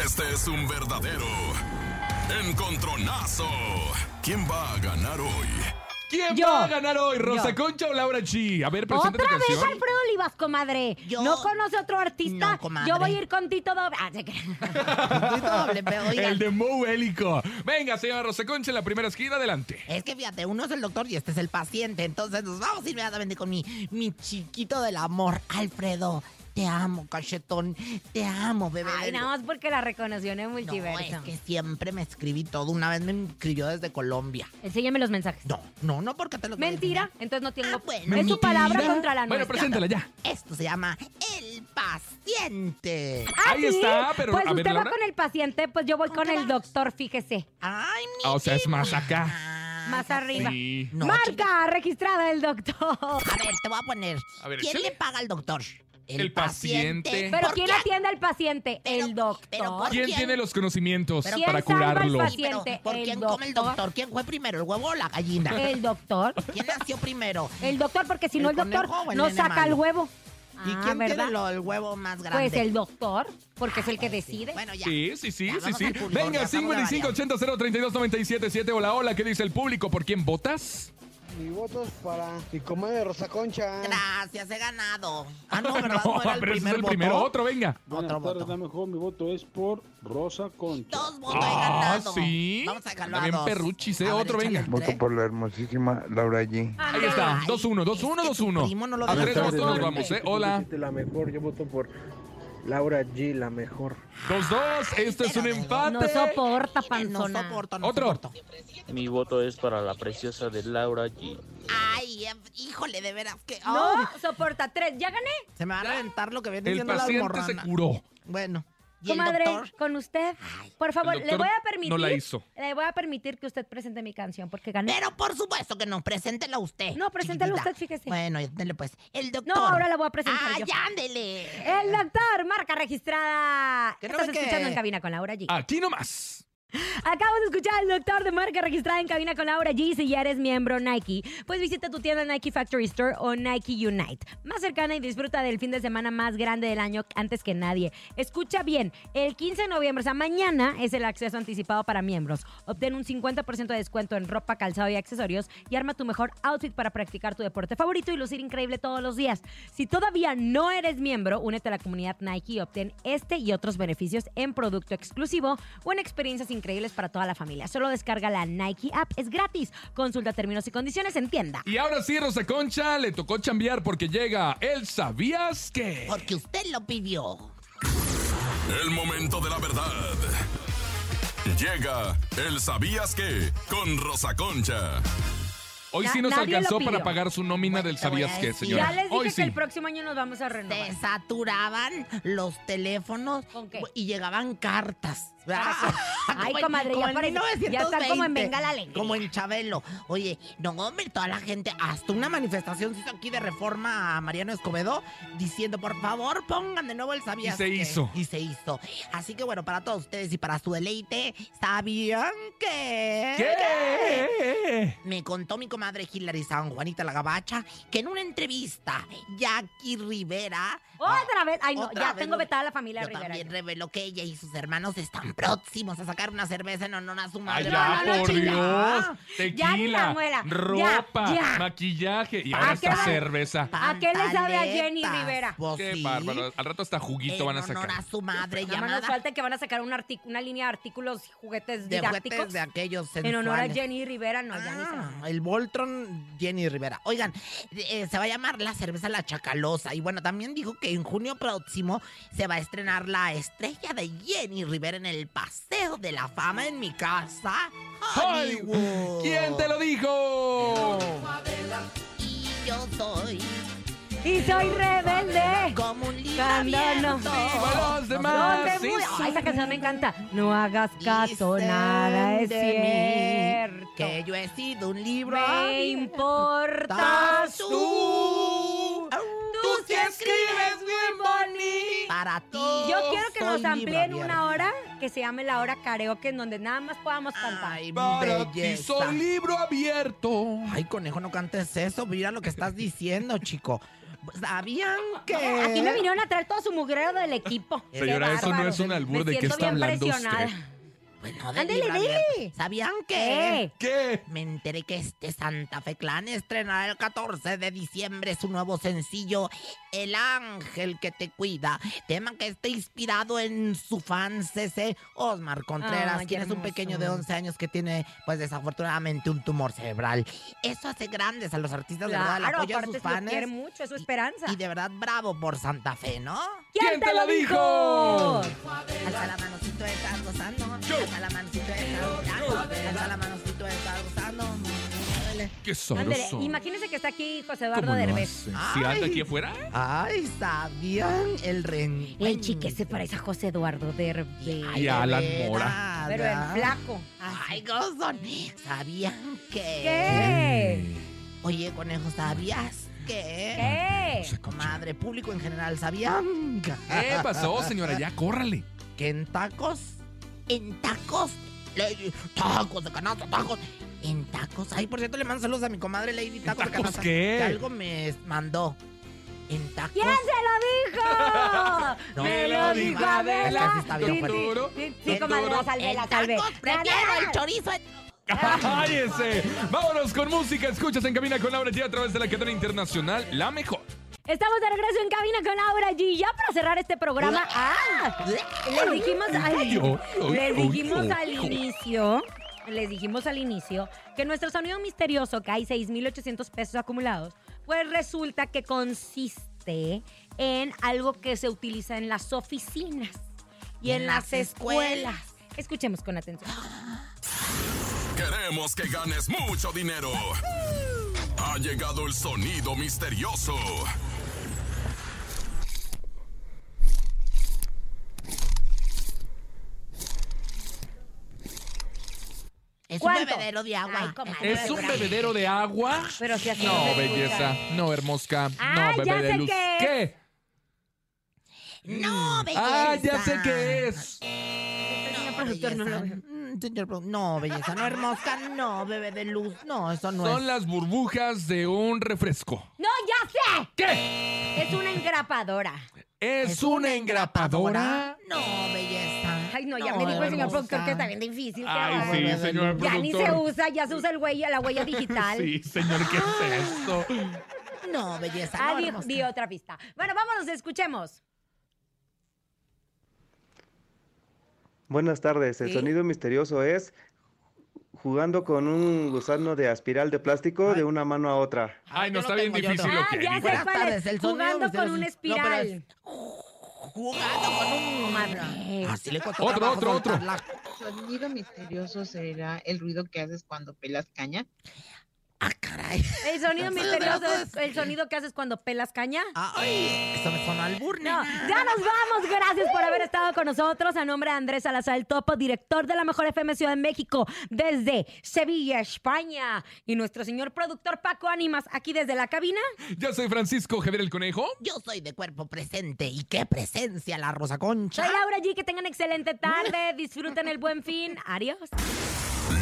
Speaker 1: Este es un verdadero encontronazo. ¿Quién va a ganar hoy?
Speaker 4: ¿Quién
Speaker 2: Yo.
Speaker 4: va a ganar hoy, Rosa
Speaker 2: Yo.
Speaker 4: Concha o Laura G? A ver, presenta tu
Speaker 2: Otra vez
Speaker 4: canción.
Speaker 2: Alfredo Olivas, comadre.
Speaker 3: Yo-
Speaker 2: No conoce otro artista.
Speaker 3: No, comadre.
Speaker 2: Yo voy a ir con Tito Doble. Ah, se crea.
Speaker 3: Tantito doble, pero oigan,
Speaker 4: El de Mo Bélico. Venga, señora Rosa Concha, en la primera esquina, adelante.
Speaker 3: Es que fíjate, uno es el doctor y este es el paciente. Entonces nos vamos inmediatamente con mi, mi chiquito del amor, Alfredo. Te amo, cachetón. Te amo, bebé.
Speaker 2: Ay, nada más porque la reconoció en el
Speaker 3: No,
Speaker 2: multiverso.
Speaker 3: es que siempre me escribí todo. Una vez me escribió desde Colombia.
Speaker 2: Enséñame los mensajes.
Speaker 3: No, no, no, porque te lo
Speaker 2: Mentira, entonces no tengo.
Speaker 3: Ah, bueno.
Speaker 2: es su
Speaker 3: Mentira.
Speaker 2: palabra contra la
Speaker 4: Bueno,
Speaker 2: nuestra.
Speaker 4: preséntala ya.
Speaker 3: Esto se llama el paciente.
Speaker 2: Ah,
Speaker 4: Ahí
Speaker 2: ¿sí?
Speaker 4: está, pero
Speaker 2: Pues
Speaker 4: a ver,
Speaker 2: usted va
Speaker 4: Laura.
Speaker 2: con el paciente, pues yo voy
Speaker 3: ¿Con
Speaker 2: con
Speaker 3: qué
Speaker 2: el
Speaker 3: vas?
Speaker 2: doctor, fíjese.
Speaker 3: Ay, mi.
Speaker 4: Ah, o sea, es más acá.
Speaker 3: Ah,
Speaker 2: Más arriba.
Speaker 4: Sí.
Speaker 3: No,
Speaker 2: Marca
Speaker 3: chica.
Speaker 2: registrada el doctor.
Speaker 3: A ver, te voy a poner.
Speaker 4: A ver,
Speaker 3: ¿Quién
Speaker 4: échale.
Speaker 3: le paga al doctor?
Speaker 4: El paciente.
Speaker 2: Pero
Speaker 3: ¿Por
Speaker 2: ¿quién
Speaker 3: qué?
Speaker 2: atiende al paciente?
Speaker 3: Pero-
Speaker 2: el doctor.
Speaker 3: pero ¿por
Speaker 4: ¿Quién
Speaker 3: ¿Quién?
Speaker 4: tiene los conocimientos
Speaker 3: Pero
Speaker 4: para
Speaker 2: ¿quién salva al
Speaker 4: curarlo?
Speaker 2: paciente?
Speaker 3: Sí, pero ¿Por
Speaker 2: el
Speaker 3: quién come el
Speaker 2: doctor. Eh,
Speaker 3: doctor? ¿Quién fue primero, el huevo o la gallina?
Speaker 2: El doctor.
Speaker 3: ¿Quién nació primero?
Speaker 2: El doctor, porque si
Speaker 3: ¿El
Speaker 2: no el doctor
Speaker 3: conejo o el
Speaker 2: no
Speaker 3: nene
Speaker 2: saca el
Speaker 3: malo?
Speaker 2: huevo.
Speaker 3: ¿Y
Speaker 2: Ah,
Speaker 3: quién
Speaker 2: ¿verdad?
Speaker 3: tiene lo- el huevo más grande?
Speaker 2: Pues el doctor, porque es el que decide.
Speaker 3: Bueno, ya.
Speaker 4: Sí, sí, sí,
Speaker 3: Ya,
Speaker 4: sí,
Speaker 3: vamos
Speaker 4: sí.
Speaker 3: al público,
Speaker 4: Venga,
Speaker 3: ya, vamos a
Speaker 4: 55 80 0 32 97 7. Hola, hola, ¿qué dice el público? ¿Por quién votas?
Speaker 9: Mi voto es para mi comadre Rosa Concha.
Speaker 3: Gracias, he ganado. Ah, no, ¿verdad? No,
Speaker 4: No,
Speaker 3: era el
Speaker 4: pero ese es
Speaker 3: primer
Speaker 4: el
Speaker 3: voto.
Speaker 4: primero. Otro, venga.
Speaker 9: Buenas
Speaker 3: Otro
Speaker 9: tardes,
Speaker 3: voto.
Speaker 9: la mejor. Mi voto es por Rosa Concha.
Speaker 3: Dos votos he
Speaker 4: Ah,
Speaker 3: ganado.
Speaker 4: sí.
Speaker 3: Vamos a
Speaker 4: Anda
Speaker 3: ganarlo
Speaker 4: bien perruchis, eh. Otro, venga.
Speaker 10: Voto por la hermosísima Laura G.
Speaker 4: Ahí está, 2-1, 2-1, 2-1.
Speaker 3: primo no lo
Speaker 4: A
Speaker 3: deja
Speaker 4: tres
Speaker 2: hacer.
Speaker 4: votos nos vamos, ¿eh? Hola.
Speaker 9: La mejor, yo voto por Laura G, la mejor.
Speaker 4: 2-2, este es un
Speaker 3: pero
Speaker 2: No
Speaker 3: de
Speaker 4: empate.
Speaker 2: soporta,
Speaker 3: No
Speaker 2: panzona.
Speaker 3: soporto, no
Speaker 4: Otro.
Speaker 3: soporto.
Speaker 11: Mi voto es para la preciosa de Laura G.
Speaker 3: Ay, eh, híjole, de veras que...
Speaker 2: No,
Speaker 3: ay,
Speaker 2: soporta. Tres, ya gané.
Speaker 3: se me va a reventar lo que viene
Speaker 4: El
Speaker 3: siendo la
Speaker 4: paciente se
Speaker 3: almorrana.
Speaker 4: curó.
Speaker 3: Bueno. ¿Y el
Speaker 2: Comadre,
Speaker 3: doctor?
Speaker 2: con usted. Por favor,
Speaker 4: el
Speaker 2: le voy a
Speaker 4: doctor
Speaker 2: permitir.
Speaker 4: no la hizo.
Speaker 2: Le voy a permitir que usted presente mi canción porque gané.
Speaker 3: Pero por supuesto que no, preséntela usted.
Speaker 2: No, preséntela
Speaker 3: chiquitita.
Speaker 2: usted, fíjese.
Speaker 3: Bueno, dele pues. El doctor.
Speaker 2: No, ahora la voy a presentar
Speaker 3: ¡Ay,
Speaker 2: yo.
Speaker 3: ándele!
Speaker 2: El doctor, marca registrada.
Speaker 3: Que no
Speaker 2: Estás
Speaker 3: ve que-
Speaker 2: escuchando en cabina con Laura G.
Speaker 4: Aquí nomás.
Speaker 2: Acabas de escuchar al doctor de marca registrada en cabina con Laura G. Si ya eres miembro Nike, pues visita tu tienda Nike Factory Store o Nike Unite. Más cercana y disfruta del fin de semana más grande del año antes que nadie. Escucha bien, el 15 de noviembre, o sea, mañana es el acceso anticipado para miembros. Obtén un 50% de descuento en ropa, calzado y accesorios y arma tu mejor outfit para practicar tu deporte favorito y lucir increíble todos los días. Si todavía no eres miembro, únete a la comunidad Nike y obtén este y otros beneficios en producto exclusivo o en experiencias increíbles para toda la familia. Solo descarga la Nike app, es gratis. Consulta términos y condiciones en tienda.
Speaker 4: Y ahora sí, Rosa Concha, le tocó chambear porque llega el ¿Sabías qué?
Speaker 3: Porque usted lo pidió.
Speaker 1: El momento de la verdad. Llega el Sabías que con Rosa Concha.
Speaker 4: Hoy
Speaker 2: Na-
Speaker 4: sí nos
Speaker 2: nadie lo
Speaker 4: alcanzó
Speaker 2: pidió.
Speaker 4: para pagar su nómina del sabías qué, señora.
Speaker 2: Ya les dije
Speaker 4: Hoy
Speaker 2: que
Speaker 4: sí.
Speaker 2: el próximo año nos vamos a renovar.
Speaker 3: Se saturaban los teléfonos y llegaban cartas. Ah,
Speaker 2: Ay,
Speaker 3: como en-
Speaker 2: comadre,
Speaker 3: como
Speaker 2: ya
Speaker 3: en
Speaker 2: parece- ya están como en
Speaker 3: 1920,
Speaker 2: Venga la Alegría.
Speaker 3: Como en Chabelo. Oye, no, hombre, toda la gente, hasta una manifestación se hizo aquí de reforma a Mariano Escobedo diciendo, por favor, pongan de nuevo el sabías
Speaker 4: Y se
Speaker 3: qué".
Speaker 4: hizo.
Speaker 3: Y se hizo. Así que bueno, para todos ustedes y para su deleite, ¿sabían que?
Speaker 4: ¿Qué?
Speaker 3: Me contó mi comadre Hilary San Juanita la Gabacha que en una entrevista, Jackie Rivera. ah,
Speaker 2: Otra vez, ay no,
Speaker 3: Otra
Speaker 2: ya
Speaker 3: vez
Speaker 2: tengo
Speaker 3: lo-
Speaker 2: vetada la familia
Speaker 3: yo
Speaker 2: Rivera.
Speaker 3: también reveló que ella y sus hermanos están próximos a sacar una cerveza en honor a su
Speaker 4: Ay,
Speaker 3: madre.
Speaker 4: ya,
Speaker 3: No, no, no,
Speaker 4: por
Speaker 3: chinga.
Speaker 4: Dios.
Speaker 2: Ya ni la
Speaker 4: Tequila,
Speaker 2: muela. Ya,
Speaker 4: ropa,
Speaker 2: ya.
Speaker 4: maquillaje y
Speaker 2: ¿A
Speaker 4: ahora
Speaker 2: qué
Speaker 4: esta
Speaker 2: va-
Speaker 4: cerveza.
Speaker 2: ¿A qué le sabe a Jenny Rivera?
Speaker 3: Pues
Speaker 4: Qué
Speaker 3: sí,
Speaker 4: bárbaro. Al rato hasta
Speaker 2: Eh,
Speaker 4: juguito van a
Speaker 3: En honor
Speaker 4: sacar.
Speaker 3: a su
Speaker 2: Nada
Speaker 3: madre
Speaker 2: más nos
Speaker 3: llamada
Speaker 2: falta que van a sacar un artic- una línea de artículos y juguetes
Speaker 3: de juguetes
Speaker 2: didácticos.
Speaker 3: de aquellos
Speaker 2: en honor a
Speaker 3: sensuales.
Speaker 2: Jenny Rivera, no, ya ni se va.
Speaker 3: Ah, El Voltron Jenny Rivera. Oigan, eh, se va a llamar la cerveza La Chacalosa. Y bueno, también dijo que en junio próximo se va a estrenar la estrella de Jenny Rivera en el Paseo de la Fama en mi casa. Hollywood.
Speaker 4: ¿Quién te lo dijo?
Speaker 3: Y yo soy
Speaker 2: Y soy rebelde.
Speaker 3: como un libro
Speaker 2: Cuando Ah, no
Speaker 3: abierto.
Speaker 4: viva los demás.
Speaker 2: No te
Speaker 4: sí
Speaker 2: muevas.
Speaker 4: soy.
Speaker 2: Ay, esa canción me encanta. No hagas caso,
Speaker 3: Dicen
Speaker 2: nada es
Speaker 3: de mí
Speaker 2: cierto.
Speaker 3: Que yo he sido un libro.
Speaker 2: Me
Speaker 3: abierto.
Speaker 2: importas tú. Tú sí escribes bien bonito.
Speaker 3: Para ti.
Speaker 2: Yo quiero que
Speaker 3: soy
Speaker 2: nos
Speaker 3: libro
Speaker 2: amplíen
Speaker 3: abierto.
Speaker 2: una hora que se llame la hora karaoke, en donde nada más podamos cantar.
Speaker 3: Ay,
Speaker 4: Para ti
Speaker 3: belleza.
Speaker 4: soy libro abierto.
Speaker 3: Ay, conejo, no cantes eso. Mira lo que estás diciendo, chico. Pues, ¿Sabían que...?
Speaker 2: Aquí me vinieron a traer todo su mugrero del equipo. Qué
Speaker 4: Señora, eso no
Speaker 2: bárbaro.
Speaker 4: es un albur
Speaker 2: Me
Speaker 4: de qué
Speaker 2: siento
Speaker 4: está
Speaker 2: bien
Speaker 4: hablando
Speaker 2: presionada.
Speaker 4: usted.
Speaker 3: Bueno, de
Speaker 2: Ándele,
Speaker 3: libro
Speaker 2: dele. Eh.
Speaker 3: abierto. ¿Sabían que...?
Speaker 2: ¿Qué?
Speaker 4: ¿Qué?
Speaker 3: Me enteré que este Santa Fe Clan estrenará el 14 de diciembre su nuevo sencillo, El Ángel que te cuida, tema que está inspirado en su fan CC Osmar Contreras,
Speaker 2: Ay,
Speaker 3: quien es un
Speaker 2: hermoso.
Speaker 3: pequeño de 11 años que tiene, pues desafortunadamente, un tumor cerebral. Eso hace grandes a los artistas, ¿verdad? El
Speaker 2: Claro,
Speaker 3: apoyo a
Speaker 2: aparte
Speaker 3: sus
Speaker 2: se lo quiere
Speaker 3: fans.
Speaker 2: mucho, es su esperanza.
Speaker 3: Y de verdad, bravo por Santa Fe, ¿no?
Speaker 4: ¿Quién te lo dijo?
Speaker 3: Alza la mano si tú estás gozando. Alza la mano si tú estás gozando. Alza la mano si tú estás gozando. Muévele.
Speaker 4: Qué
Speaker 2: Ándele,
Speaker 4: sabroso.
Speaker 2: imagínese que está aquí José Eduardo
Speaker 4: ¿Cómo lo
Speaker 2: Derbez.
Speaker 4: hace? Si anda
Speaker 3: Ay.
Speaker 4: aquí afuera.
Speaker 3: Ay, sabían el ren.
Speaker 2: Güey, chique, se parece a José Eduardo Derbez.
Speaker 4: Y a Alan Mora.
Speaker 2: Pero en flaco.
Speaker 3: Ay, Gozón. ¿Sabían que?
Speaker 2: ¿Qué?
Speaker 3: Oye, conejo, ¿sabías que?
Speaker 2: ¿Qué?
Speaker 3: Comadre, público en general, ¿sabían que?
Speaker 4: Ah, ¿Qué pasó, señora? Ya, córrale.
Speaker 3: que en tacos, en tacos, Lady, tacos de canasta, tacos, en tacos. Ay, por cierto, le mando saludos a mi comadre Lady Tacos, de
Speaker 4: tacos
Speaker 3: canasta.
Speaker 4: qué?
Speaker 3: Que algo me mandó. En tacos.
Speaker 2: ¿Quién se lo dijo?
Speaker 3: No.
Speaker 2: Me lo dijo
Speaker 3: Es que
Speaker 2: Adela.
Speaker 3: está
Speaker 2: Sí,
Speaker 3: bien pues. fuerte.
Speaker 4: Duro.
Speaker 2: sí, sí, Sí, comadre, la salvé, la
Speaker 3: En
Speaker 2: salvé.
Speaker 3: tacos, prefiero el chorizo. en-
Speaker 4: ¡Cállese! Vámonos con música. Escuchas en cabina con Laura G a través de la cadena internacional La Mejor.
Speaker 2: Estamos de regreso en cabina con Laura G. Ya para cerrar este programa, ah, les dijimos
Speaker 4: Uy,
Speaker 2: al,
Speaker 4: uy,
Speaker 2: les
Speaker 4: uy,
Speaker 2: dijimos
Speaker 4: uy,
Speaker 2: al
Speaker 4: uy.
Speaker 2: inicio, les dijimos al inicio que nuestro sonido misterioso, que hay 6.800 pesos acumulados, pues resulta que consiste en algo que se utiliza en las oficinas y en, las escuelas. Escuchemos con atención.
Speaker 1: Queremos que ganes mucho dinero. Ha llegado el sonido misterioso.
Speaker 3: Es un
Speaker 2: ¿Cuánto?
Speaker 3: bebedero de agua.
Speaker 2: Ay, comadre.
Speaker 4: ¿Es un bebedero de agua?
Speaker 2: Pero si así
Speaker 4: No,
Speaker 2: se escucha.
Speaker 4: belleza. No, hermosca.
Speaker 2: Ah,
Speaker 4: no,
Speaker 2: ya
Speaker 4: bebé de
Speaker 2: sé
Speaker 4: luz.
Speaker 2: qué es.
Speaker 4: ¿Qué?
Speaker 3: No,
Speaker 2: Mm.
Speaker 3: belleza.
Speaker 4: Ah, ya sé qué es.
Speaker 3: No,
Speaker 2: productor, no lo
Speaker 3: belleza. Mm, señor produ- No, belleza, no hermosa, no, bebé de luz. No, eso no
Speaker 4: Son
Speaker 3: es.
Speaker 4: las burbujas de un refresco.
Speaker 2: No, ya sé.
Speaker 4: ¿Qué?
Speaker 2: Es una engrapadora.
Speaker 4: ¿Es, una engrapadora?
Speaker 3: No, belleza.
Speaker 2: Ay, no, ya me dijo el señor productor que
Speaker 3: hermosa.
Speaker 2: está bien difícil. qué bárbaro.
Speaker 4: Ay, sí, señor
Speaker 2: Ya ni se
Speaker 4: productor.
Speaker 2: usa, ya se usa el huella, la huella digital.
Speaker 4: Sí, señor, ¿qué es esto?
Speaker 3: No, belleza.
Speaker 2: Ah,
Speaker 3: no,
Speaker 2: di,
Speaker 3: hermosa.
Speaker 2: di otra pista. Bueno, vámonos, escuchemos.
Speaker 9: Buenas tardes. El
Speaker 2: Sí.
Speaker 9: sonido misterioso es jugando con un gusano de aspiral de plástico de una mano a otra.
Speaker 4: Ay, no,
Speaker 3: Yo
Speaker 4: está
Speaker 3: lo
Speaker 4: bien
Speaker 3: tengo, yo
Speaker 4: difícil.
Speaker 3: lo
Speaker 2: Ah,
Speaker 4: ok.
Speaker 2: ya sé
Speaker 3: Buenas
Speaker 2: cuál es.
Speaker 3: tardes, el sonido
Speaker 2: Jugando con
Speaker 3: misterioso.
Speaker 2: una
Speaker 3: No, pero es-
Speaker 2: espiral.
Speaker 3: Jugando con un
Speaker 2: Eh,
Speaker 3: Así le costó
Speaker 4: Otro,
Speaker 3: trabajo
Speaker 4: otro, otro.
Speaker 3: soltarla.
Speaker 12: sonido misterioso será el ruido que haces cuando pelas caña.
Speaker 3: Ah,
Speaker 2: El sonido
Speaker 3: Eso no
Speaker 2: misterioso
Speaker 3: es.
Speaker 2: es el sonido que haces cuando pelas caña.
Speaker 3: Ah, Ay, eso me sonó al
Speaker 2: No,
Speaker 3: burno.
Speaker 2: ya nos vamos. Gracias por haber estado con nosotros. A nombre de Andrés Salazar el Topo, director de la Mejor FM Ciudad de México, desde Sevilla, España. Y nuestro señor productor Paco Ánimas, aquí desde la cabina.
Speaker 4: Ya soy Francisco Javier el Conejo.
Speaker 3: Yo soy de cuerpo presente y qué presencia la Rosa Concha.
Speaker 2: Soy Laura G. Que tengan excelente tarde. Disfruten el buen fin. Adiós.